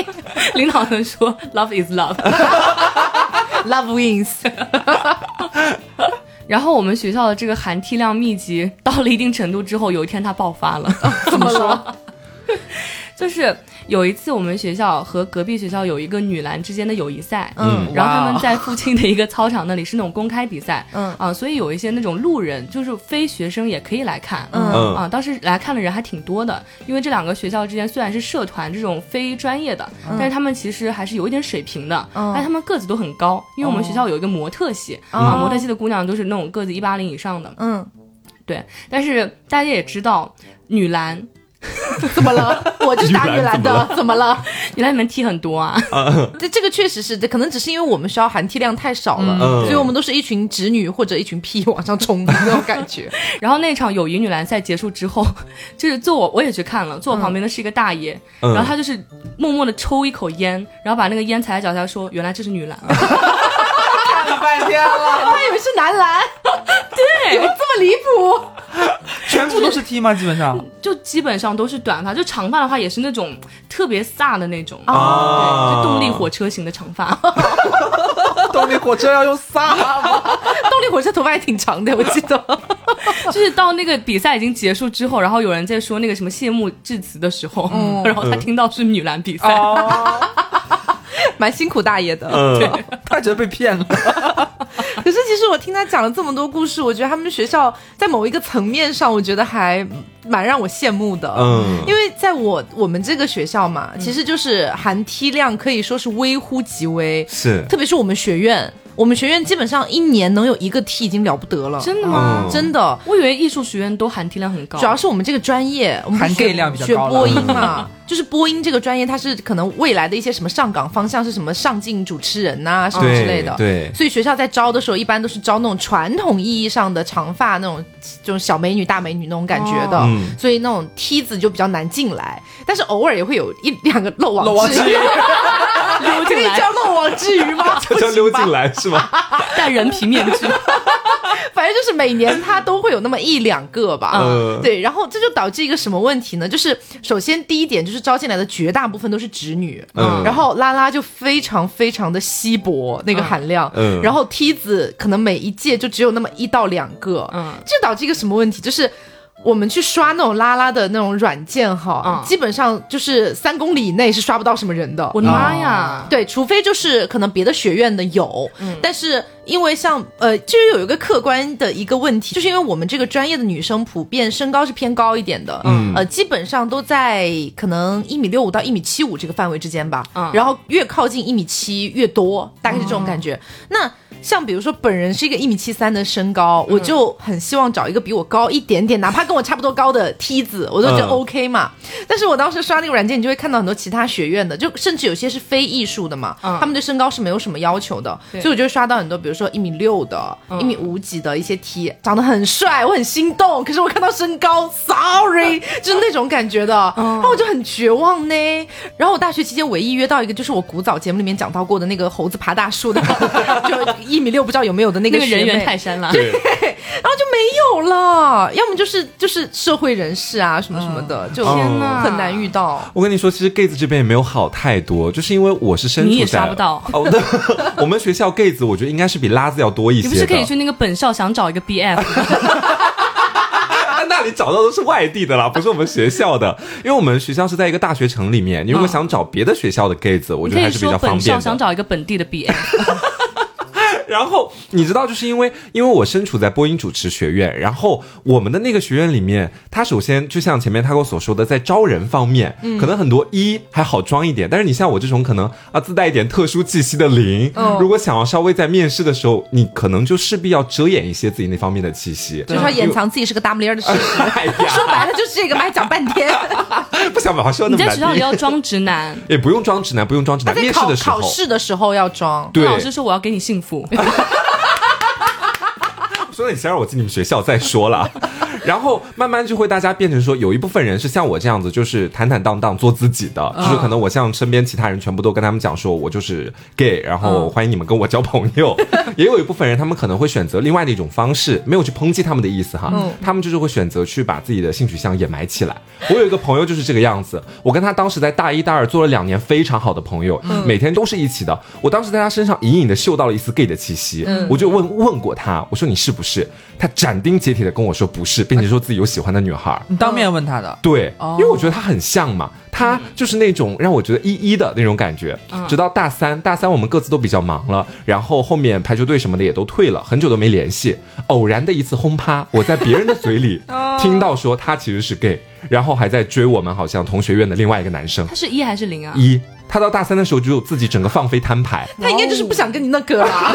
Speaker 4: 领导们说 “love is love”。
Speaker 1: Love wins，
Speaker 4: 然后我们学校的这个含 T 量密集
Speaker 1: 哦
Speaker 4: 到了一定程度之后，有一天它爆发了。
Speaker 1: 怎么了？
Speaker 4: 就是有一次我们学校和隔壁学校有一个女篮之间的友谊赛，
Speaker 1: 嗯
Speaker 4: 然后他
Speaker 3: 哇
Speaker 4: 们
Speaker 3: 哦
Speaker 4: 在附近的一个操场那里是那种公开比赛，
Speaker 1: 嗯
Speaker 4: 啊，所以有一些那种路人，就是非学生也可以来看，
Speaker 1: 嗯
Speaker 4: 啊，当时来看的人还挺多的，因为这两个学校之间虽然是社团这种非专业的，但是他们其实还是有一点水平的，
Speaker 1: 嗯哦
Speaker 4: 但他们个子都很高，因为我们学校有一个模特系、啊，模特系的姑娘都是那种个子一八零以上的，
Speaker 1: 嗯，
Speaker 4: 对，但是大家也知道女篮。
Speaker 1: 怎么了？我就是打女篮
Speaker 2: 女
Speaker 1: 的，怎么了？
Speaker 4: 女篮里面 T 很多啊，
Speaker 1: 这这个确实是，这可能只是因为我们学校含 T 量太少了，
Speaker 2: 嗯
Speaker 1: 所以我们都是一群直女或者一群 P 往上冲的那种感觉。
Speaker 4: 然后那场友谊女篮赛结束之后， 就是坐我我也去看了，坐我旁边的是一个大爷，
Speaker 2: 嗯
Speaker 4: 然后他就是默默的抽一口烟，然后把那个烟踩在脚下说：“原来这是女篮。啊
Speaker 3: 看了半天了，
Speaker 1: 他以为是男篮， 对，有这么离谱？
Speaker 3: 全部都是 T 吗？基本 上，”
Speaker 4: 就基本上都是短发，就长发的话也是那种特别飒的那种，
Speaker 2: 啊
Speaker 4: 对，就动力火车型的长发。
Speaker 3: 动力火车要用仨吗？
Speaker 1: 动力火车头发还挺长的，我记得。
Speaker 4: 就是到那个比赛已经结束之后，然后有人在说那个什么谢幕致辞的时候，然
Speaker 2: 嗯
Speaker 4: 后他听到是女篮比赛，
Speaker 3: 哦，
Speaker 1: 蛮辛苦大爷的。
Speaker 2: 嗯，
Speaker 3: 他觉得被骗 了。
Speaker 1: 可是其实我听他讲了这么多故事，我觉得他们学校在某一个层面上，我觉得还蛮让我羡慕的。
Speaker 2: 嗯
Speaker 1: 因为在我我们这个学校
Speaker 4: 嗯
Speaker 1: 嘛，其实就是含 T 量可以说是微乎其微，
Speaker 2: 是
Speaker 1: 特别是我们学院，我们学院基本上一年能有一个 T 已经了不得了，
Speaker 4: 真的吗？
Speaker 2: 嗯
Speaker 1: 真的。
Speaker 4: 我以为艺术学院都含 T 量很高，
Speaker 1: 主要是我们这个专业，我们
Speaker 3: 含
Speaker 1: 学
Speaker 3: gay 量比较
Speaker 1: 学
Speaker 3: 高了
Speaker 1: 播音 嘛，就是播音这个专业，它是可能未来的一些什么上岗方向是什么上镜主持人呐、什么
Speaker 2: 对
Speaker 1: 之类的。
Speaker 2: 对
Speaker 1: 所以学校在招的时候，一般都是招那种传统意义上的长发那种，这种小美女、大美女那种感觉的。
Speaker 2: 哦嗯
Speaker 1: 所以那种梯子就比较难进来，但是偶尔也会有一两个漏
Speaker 3: 漏
Speaker 1: 网
Speaker 3: 网
Speaker 1: 之
Speaker 3: 之鱼
Speaker 1: 鱼， 可以 叫漏网之鱼 吗？
Speaker 2: 叫溜进来是吗？
Speaker 4: 戴人皮面具。
Speaker 1: 反正就是每年他都会有那么一两个吧，
Speaker 2: 嗯
Speaker 1: 对，然后这就导致一个什么问题呢？就是首先第一点就是招进来的绝大部分都是直女，
Speaker 2: 嗯
Speaker 1: 然后拉拉就非常非常的稀薄那个含量，
Speaker 2: 嗯
Speaker 1: 然后梯子可能每一届就只有那么一到两个，
Speaker 4: 嗯
Speaker 1: 这导致一个什么问题？就是。我们去刷那种拉拉的那种软件哈，
Speaker 4: 嗯
Speaker 1: 基本上就是三公里以内是刷不到什么人的。
Speaker 4: 我的妈
Speaker 2: 啊
Speaker 4: 呀！
Speaker 1: 对，除非就是可能别的学院的有，
Speaker 2: 嗯
Speaker 1: 但是因为像呃，就是有一个客观的一个问题，就是因为我们这个专业的女生普遍身高是偏高一点的，
Speaker 2: 嗯
Speaker 1: 呃，基本上都在可能一米六五到一米七五这个范围之间吧，
Speaker 4: 嗯
Speaker 1: 然后越靠近一米七越多，大概是这种感
Speaker 2: 嗯
Speaker 1: 觉。那像比如说本人是一个一米七三的身高，
Speaker 2: 嗯
Speaker 1: 我就很希望找一个比我高一点点，哪怕跟我差不多高的梯子，我都觉得
Speaker 2: 嗯
Speaker 1: OK 嘛。但是我当时刷那个软件，你就会看到很多其他学院的，就甚至有些是非艺术的嘛，
Speaker 4: 嗯
Speaker 1: 他们对身高是没有什么要求的，
Speaker 4: 对嗯
Speaker 1: 所以我就会刷到很多，比如说一米六的、一米五几的一些 T，长得很帅，我很心动，可是我看到身高，sorry，就是 那种感觉的，
Speaker 4: 嗯
Speaker 1: 然后我就很绝望呢。然后我大学期间唯一约到一个，就是我古早节目里面讲到过的那个猴子爬大树的， 就一米六不知道有没有的那
Speaker 4: 那
Speaker 1: 个
Speaker 4: 个
Speaker 1: 学
Speaker 4: 人
Speaker 1: 妹
Speaker 4: 猿泰山了，
Speaker 2: 对，
Speaker 1: 然后就没有了，要么就是就是社会人士啊什么什么的，就
Speaker 4: 嗯天哪
Speaker 1: 很难遇到。
Speaker 2: 我跟你说，其实 gay 子这边也没有好太多，就是因为我是身处在
Speaker 4: 你也刷不到
Speaker 2: 哦。对，我们学校 gay 子我觉得应该是比拉子要多一些
Speaker 4: 你
Speaker 2: 的。
Speaker 4: 不是可以去那个本校想找一个 BF
Speaker 2: 他那里找到都是外地的啦，不是我们学校的，因为我们学校是在一个大学城里面。你如果想找别的学校的 gay 子，我
Speaker 4: 嗯你
Speaker 2: 觉得
Speaker 4: 可
Speaker 2: 还
Speaker 4: 以
Speaker 2: 是比
Speaker 4: 说
Speaker 2: 较方
Speaker 4: 本
Speaker 2: 便
Speaker 4: 校
Speaker 2: 的。
Speaker 4: 想找一个本地的 BA，
Speaker 2: 然后你知道，就是因为因为我身处在播音主持学院，然后我们的那个学院里面，它首先就像前面他跟我所说的，在招人方面，
Speaker 4: 嗯
Speaker 2: 可能很多一还好装一点，但是你像我这种可能啊自带一点特殊气息的零，
Speaker 1: 哦
Speaker 2: 如果想要稍微在面试的时候，你可能就势必要遮掩一些自己那方面的气息，
Speaker 1: 就是要掩藏自己是个大 M 零的事实。
Speaker 2: 哎
Speaker 1: 说
Speaker 2: 呀，
Speaker 1: 白了就是这个嘛，还讲半天。
Speaker 2: 不想把话说得
Speaker 4: 你
Speaker 2: 那
Speaker 4: 在
Speaker 2: 么
Speaker 4: 学校
Speaker 2: 难
Speaker 4: 里
Speaker 2: 听。
Speaker 4: 要装直男。
Speaker 2: 也不用装直男，不用装直
Speaker 1: 他
Speaker 2: 男。
Speaker 1: 在
Speaker 2: 面试
Speaker 1: 考
Speaker 2: 的时候，
Speaker 1: 考试的时候要装，
Speaker 2: 对，
Speaker 4: 老师说我要给你幸福，
Speaker 2: 说那你先让我进你们学校再说了。 然后慢慢就会大家变成说，有一部分人是像我这样子，就是坦坦荡荡做自己的，
Speaker 1: 嗯
Speaker 2: 就是可能我像身边其他人全部都跟他们讲说，我就是 gay，然
Speaker 1: 嗯
Speaker 2: 后欢迎你们跟我交朋友。 也有一部分人他们可能会选择另外的一种方式，没有去抨击他们的意思哈，
Speaker 1: 嗯
Speaker 2: 他们就是会选择去把自己的性取向掩埋起来。我有一个朋友就是这个样子，我跟他当时在大一大二做了两年非常好的朋友，每天都是一起的。我当时在他身上隐隐的嗅到了一丝 gay 的气息，我就问问过他，我说你是不是？他斩钉截铁的跟我说不是，并且说自己有喜欢的女孩儿。
Speaker 3: 你当面问他的，
Speaker 2: 对，
Speaker 3: 哦
Speaker 2: 因为我觉得他很像嘛，他就是那种让我觉得一一的那种感觉。直到大三，大三我们各自都比较忙了，然后后面排球队什么的也都退了，很久都没联系。偶然的一次轰趴，我在别人的嘴里听到说他其实是 gay，然后还在追我们好像同学院的另外一个男生
Speaker 4: 他是一还是零啊？
Speaker 2: 一。他到大三的时候就自己整个放飞摊牌，
Speaker 1: 他应该就是不想跟你那个啦。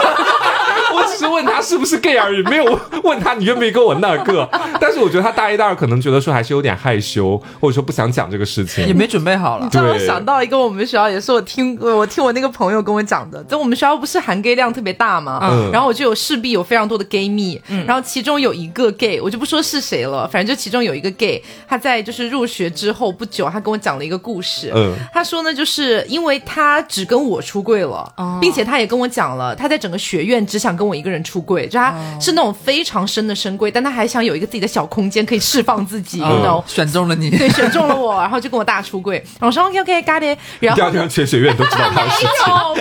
Speaker 2: 我只是问他是不是 gay 而已，没有问他你愿不愿意跟我那个。但是我觉得他大一、大二可能觉得说还是有点害羞，或者说不想讲这个事
Speaker 3: 也
Speaker 2: 情。
Speaker 3: 没准备好了
Speaker 1: 你。知道我
Speaker 2: 对
Speaker 1: 想到一个我们学校也是我听我听我那个朋友跟我讲的，就我们学校不是含 gay 量特别大嘛，
Speaker 2: 嗯
Speaker 1: 然后我就有势必有非常多的 gay 蜜，然后其中有一个 gay 我就不说是谁了，反正就其中有一个 gay，他在就是入学之后不久，他跟我讲了一个故事，
Speaker 2: 嗯
Speaker 1: 他说呢，就是因为他只跟我出柜了，
Speaker 4: 哦
Speaker 1: 并且他也跟我讲了，他在整个学院只想跟我一个人出柜，就他是那种非常深的深柜，但他还想有一个自己的小空间可以释放自
Speaker 2: 嗯
Speaker 3: 嗯
Speaker 1: 己，你知道。
Speaker 3: 哦选中了你，
Speaker 1: 对，选中了我，然后就跟我大出柜，然后我说 OK OK got it，然
Speaker 2: 第
Speaker 1: 后
Speaker 2: 二天全学院都知道他的事情。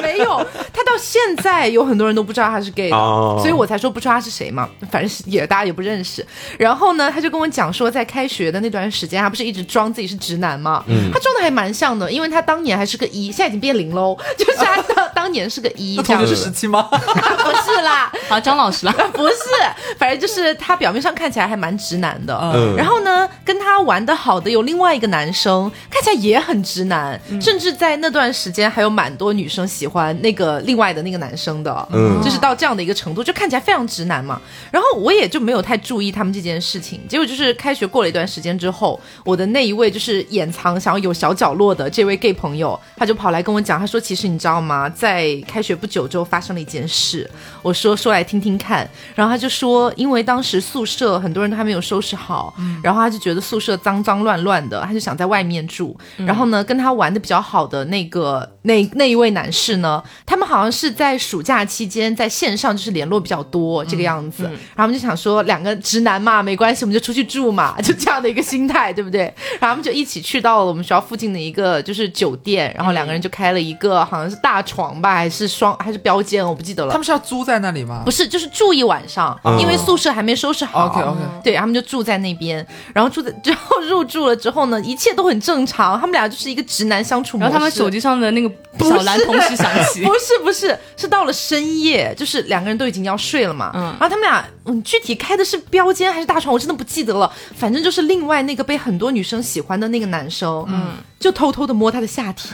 Speaker 1: 没有没有，他到现在有很多人都不知道他是 gay 的，
Speaker 2: 哦
Speaker 1: 所以我才说不知道他是谁嘛，反正是也大家也不认识。然后呢，他就跟我讲说，在开学的那段时间，他不是一直装自己是直男嘛，
Speaker 2: 嗯
Speaker 1: 他装的还蛮像的，因为他当年还是个一，现在已经变零喽，就是他当当年是个一
Speaker 3: 那
Speaker 1: 这
Speaker 3: 同
Speaker 1: 样
Speaker 3: 学是
Speaker 1: 子，
Speaker 3: 十七吗？
Speaker 1: 不是啦。
Speaker 4: 好，张老师了。
Speaker 1: 不是，反正就是他表面上看起来还蛮直男的，
Speaker 2: 嗯
Speaker 1: 然后呢，跟他玩的好的有另外一个男生，看起来也很直男，甚至在那段时间还有蛮多女生喜欢那个另外的那个男生的，
Speaker 2: 嗯
Speaker 1: 就是到这样的一个程度，就看起来非常直男嘛。然后我也就没有太注意他们这件事情，结果就是开学过了一段时间之后，我的那一位就是掩藏想要有小角落的这位 gay 朋友，他就跑来跟我讲，他说其实你知道吗，在开学不久之后发生了一件事，我说说来听听看，然后他就说，因为当时宿舍很多人都还没有收拾好，然后他就觉得宿舍脏脏乱乱的，他就想在外面住。然后呢，跟他玩的比较好的那个那那一位男士呢，他们好像是在暑假期间在线上就是联络比较多这个样子，然后我们就想说两个直男嘛，没关系，我们就出去住嘛，就这样的一个心态，对不对？然后他们就一起去到了我们学校附近的一个就是酒店，然后两个人就开了一个好像是大床吧，还是双还是标间，我不记得了
Speaker 3: 他。们是要租在那里吗
Speaker 1: 不？是，就是住一晚上，
Speaker 2: 嗯
Speaker 1: 因为宿舍还没收拾好。
Speaker 3: OK，OK
Speaker 1: 对他们就住在那边，然后住在之后入住了之后呢，一切都很正常，他们俩就是一个直男相处模
Speaker 4: 然
Speaker 1: 式。
Speaker 4: 后他们手机上的那个
Speaker 1: 是
Speaker 4: 小蓝同时响起
Speaker 1: 不，是不是，是到了深夜，就是两个人都已经要睡了嘛。
Speaker 4: 嗯
Speaker 1: 然后他们俩，嗯，具体开的是标间还是大床，我真的不记得了。反正就是另外那个被很多女生喜欢的那个男生，嗯，就偷偷的摸她的下体，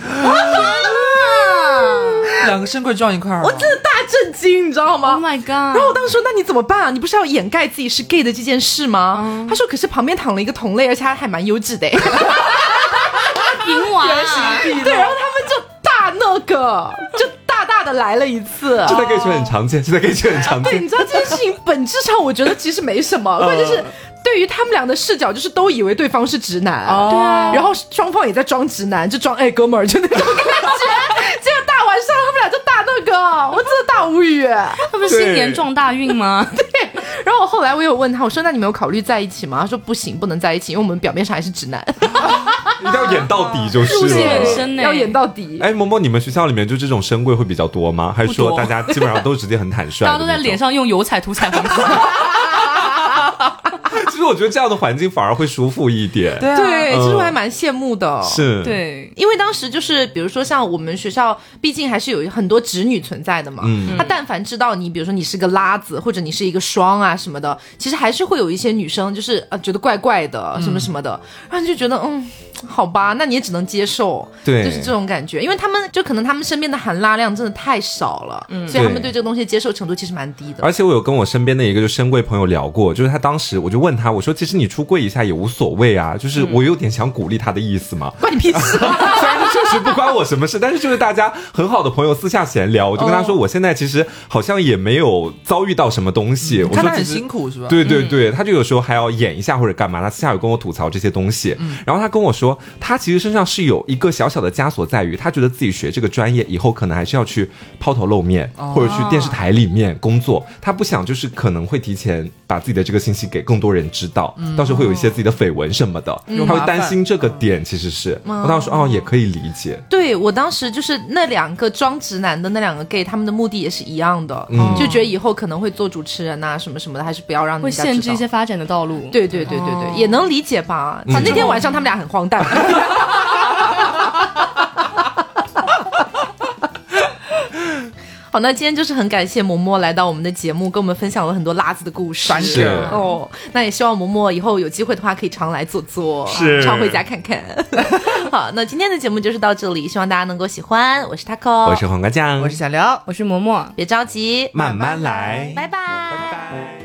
Speaker 3: 两个深柜撞一块儿吗，
Speaker 1: 我真的大震惊，你知道吗
Speaker 4: Oh my god！
Speaker 1: 然后我当时说：“那你怎么办啊？你不是要掩盖自己是 gay 的这件事吗？”他说：“可是旁边躺了一个同类，而且他还蛮优质的。”
Speaker 4: 银娃，啊
Speaker 1: 对，然后他们就大那个，就大大的来了一次。
Speaker 2: 这在 gay 圈很常见，这在 gay 圈很常
Speaker 1: 对，
Speaker 2: 见。
Speaker 1: 你知道这件事情本质上，我觉得其实没什么，关键是对于他们俩的视角，就是都以为对方是直男，对啊，然后双方也在装直男，就装哎哥们儿，就那种感觉。 结果大晚上他们俩就大那个，我真的大无语。
Speaker 4: 他不是新年撞大运吗？
Speaker 1: 然后我后来我有问他，我说那你们有考虑在一起吗？他说不行，不能在一起，因为我们表面上还是直男，
Speaker 2: 一定要演到底就是
Speaker 4: 入戏很
Speaker 2: 了。
Speaker 4: 深呢，欸
Speaker 1: 要演到底。
Speaker 2: 哎，嬷嬷，你们学校里面就这种深柜会比较多吗？还是
Speaker 4: 不
Speaker 2: 说
Speaker 4: 多
Speaker 2: 大家基本上都直接很坦率？
Speaker 4: 大家都在脸。上用油彩涂彩虹色。
Speaker 2: 其实我觉得这样的环境反而会舒服一点。
Speaker 3: 对啊
Speaker 1: 对，其实
Speaker 2: 嗯
Speaker 1: 我还蛮羡慕的。
Speaker 2: 是，，
Speaker 4: 对，
Speaker 1: 因为当时就是，比如说像我们学校，毕竟还是有很多直女存在的嘛。
Speaker 2: 嗯
Speaker 1: 她但凡知道你，比如说你是个拉子，或者你是一个双啊什么的，其实还是会有一些女生就是呃觉得怪怪的什么什么的，然后你就觉得嗯，好吧，那你也只能接受，
Speaker 2: 对
Speaker 1: 就是这种感觉。因为他们就可能他们身边的含拉量真的太少了，所以他们
Speaker 2: 嗯对
Speaker 1: 对这个东西接受程度其实蛮低的。
Speaker 2: 而且我有跟我身边的一个就深柜朋友聊过，就是他当时我就问他，我说其实你出柜一下也无所谓啊，
Speaker 4: 嗯
Speaker 2: 就是我有点想鼓励他的意思嘛。
Speaker 1: 关你屁事！
Speaker 2: 虽然这确实不关我什么事，但是就是大家很好的朋友私下闲聊，我就跟他
Speaker 3: 哦
Speaker 2: 说，我现在其实好像也没有遭遇到什么东西。我
Speaker 3: 嗯看
Speaker 2: 说
Speaker 3: 他很
Speaker 2: 其实
Speaker 3: 辛苦是吧？
Speaker 2: 对对对，他就有时候还要演一下或者干嘛，他私下有跟我吐槽这些东西。然后他跟我说，他其实身上是有一个小小的枷锁，在于他觉得自己学这个专业以后，可能还是要去抛头露面，或者去电视台里面工作。他不想就是可能会提前把自己的这个信息给更多人知道，嗯到时候会有一些自己的�绯闻什么的，他会担心这个点。其实是我当时说哦，也可以理些。
Speaker 1: 对我当时就是那两个装直男的那两个 gay，他们的目的也是一样的，
Speaker 2: 嗯
Speaker 1: 就觉得以后可能会做主持人呐、什么什么的，还是不要让
Speaker 4: 会
Speaker 1: 人家
Speaker 4: 限
Speaker 1: 知
Speaker 4: 制
Speaker 1: 道
Speaker 4: 一些。发展的道路。
Speaker 1: 对对对对对，
Speaker 4: 哦
Speaker 1: 也能理解吧。那天晚上他们俩很荒诞， 好，那今天就是很感谢嬷嬷来到我们的节目，跟我们分享了很多辣子的故事。
Speaker 3: 是
Speaker 2: 是
Speaker 1: 哦，那也希望嬷嬷以后有机会的话可以常来坐坐，
Speaker 2: 是
Speaker 1: 常回家看看。 好，那今天的节目就是到这里，希望大家能够喜欢。我是
Speaker 2: 哦
Speaker 1: Taco，
Speaker 2: 我是黄瓜酱，
Speaker 3: 我是小刘，
Speaker 4: 我是嬷嬷。
Speaker 1: 别着急，
Speaker 2: 慢慢来，
Speaker 1: 拜拜
Speaker 2: 拜拜。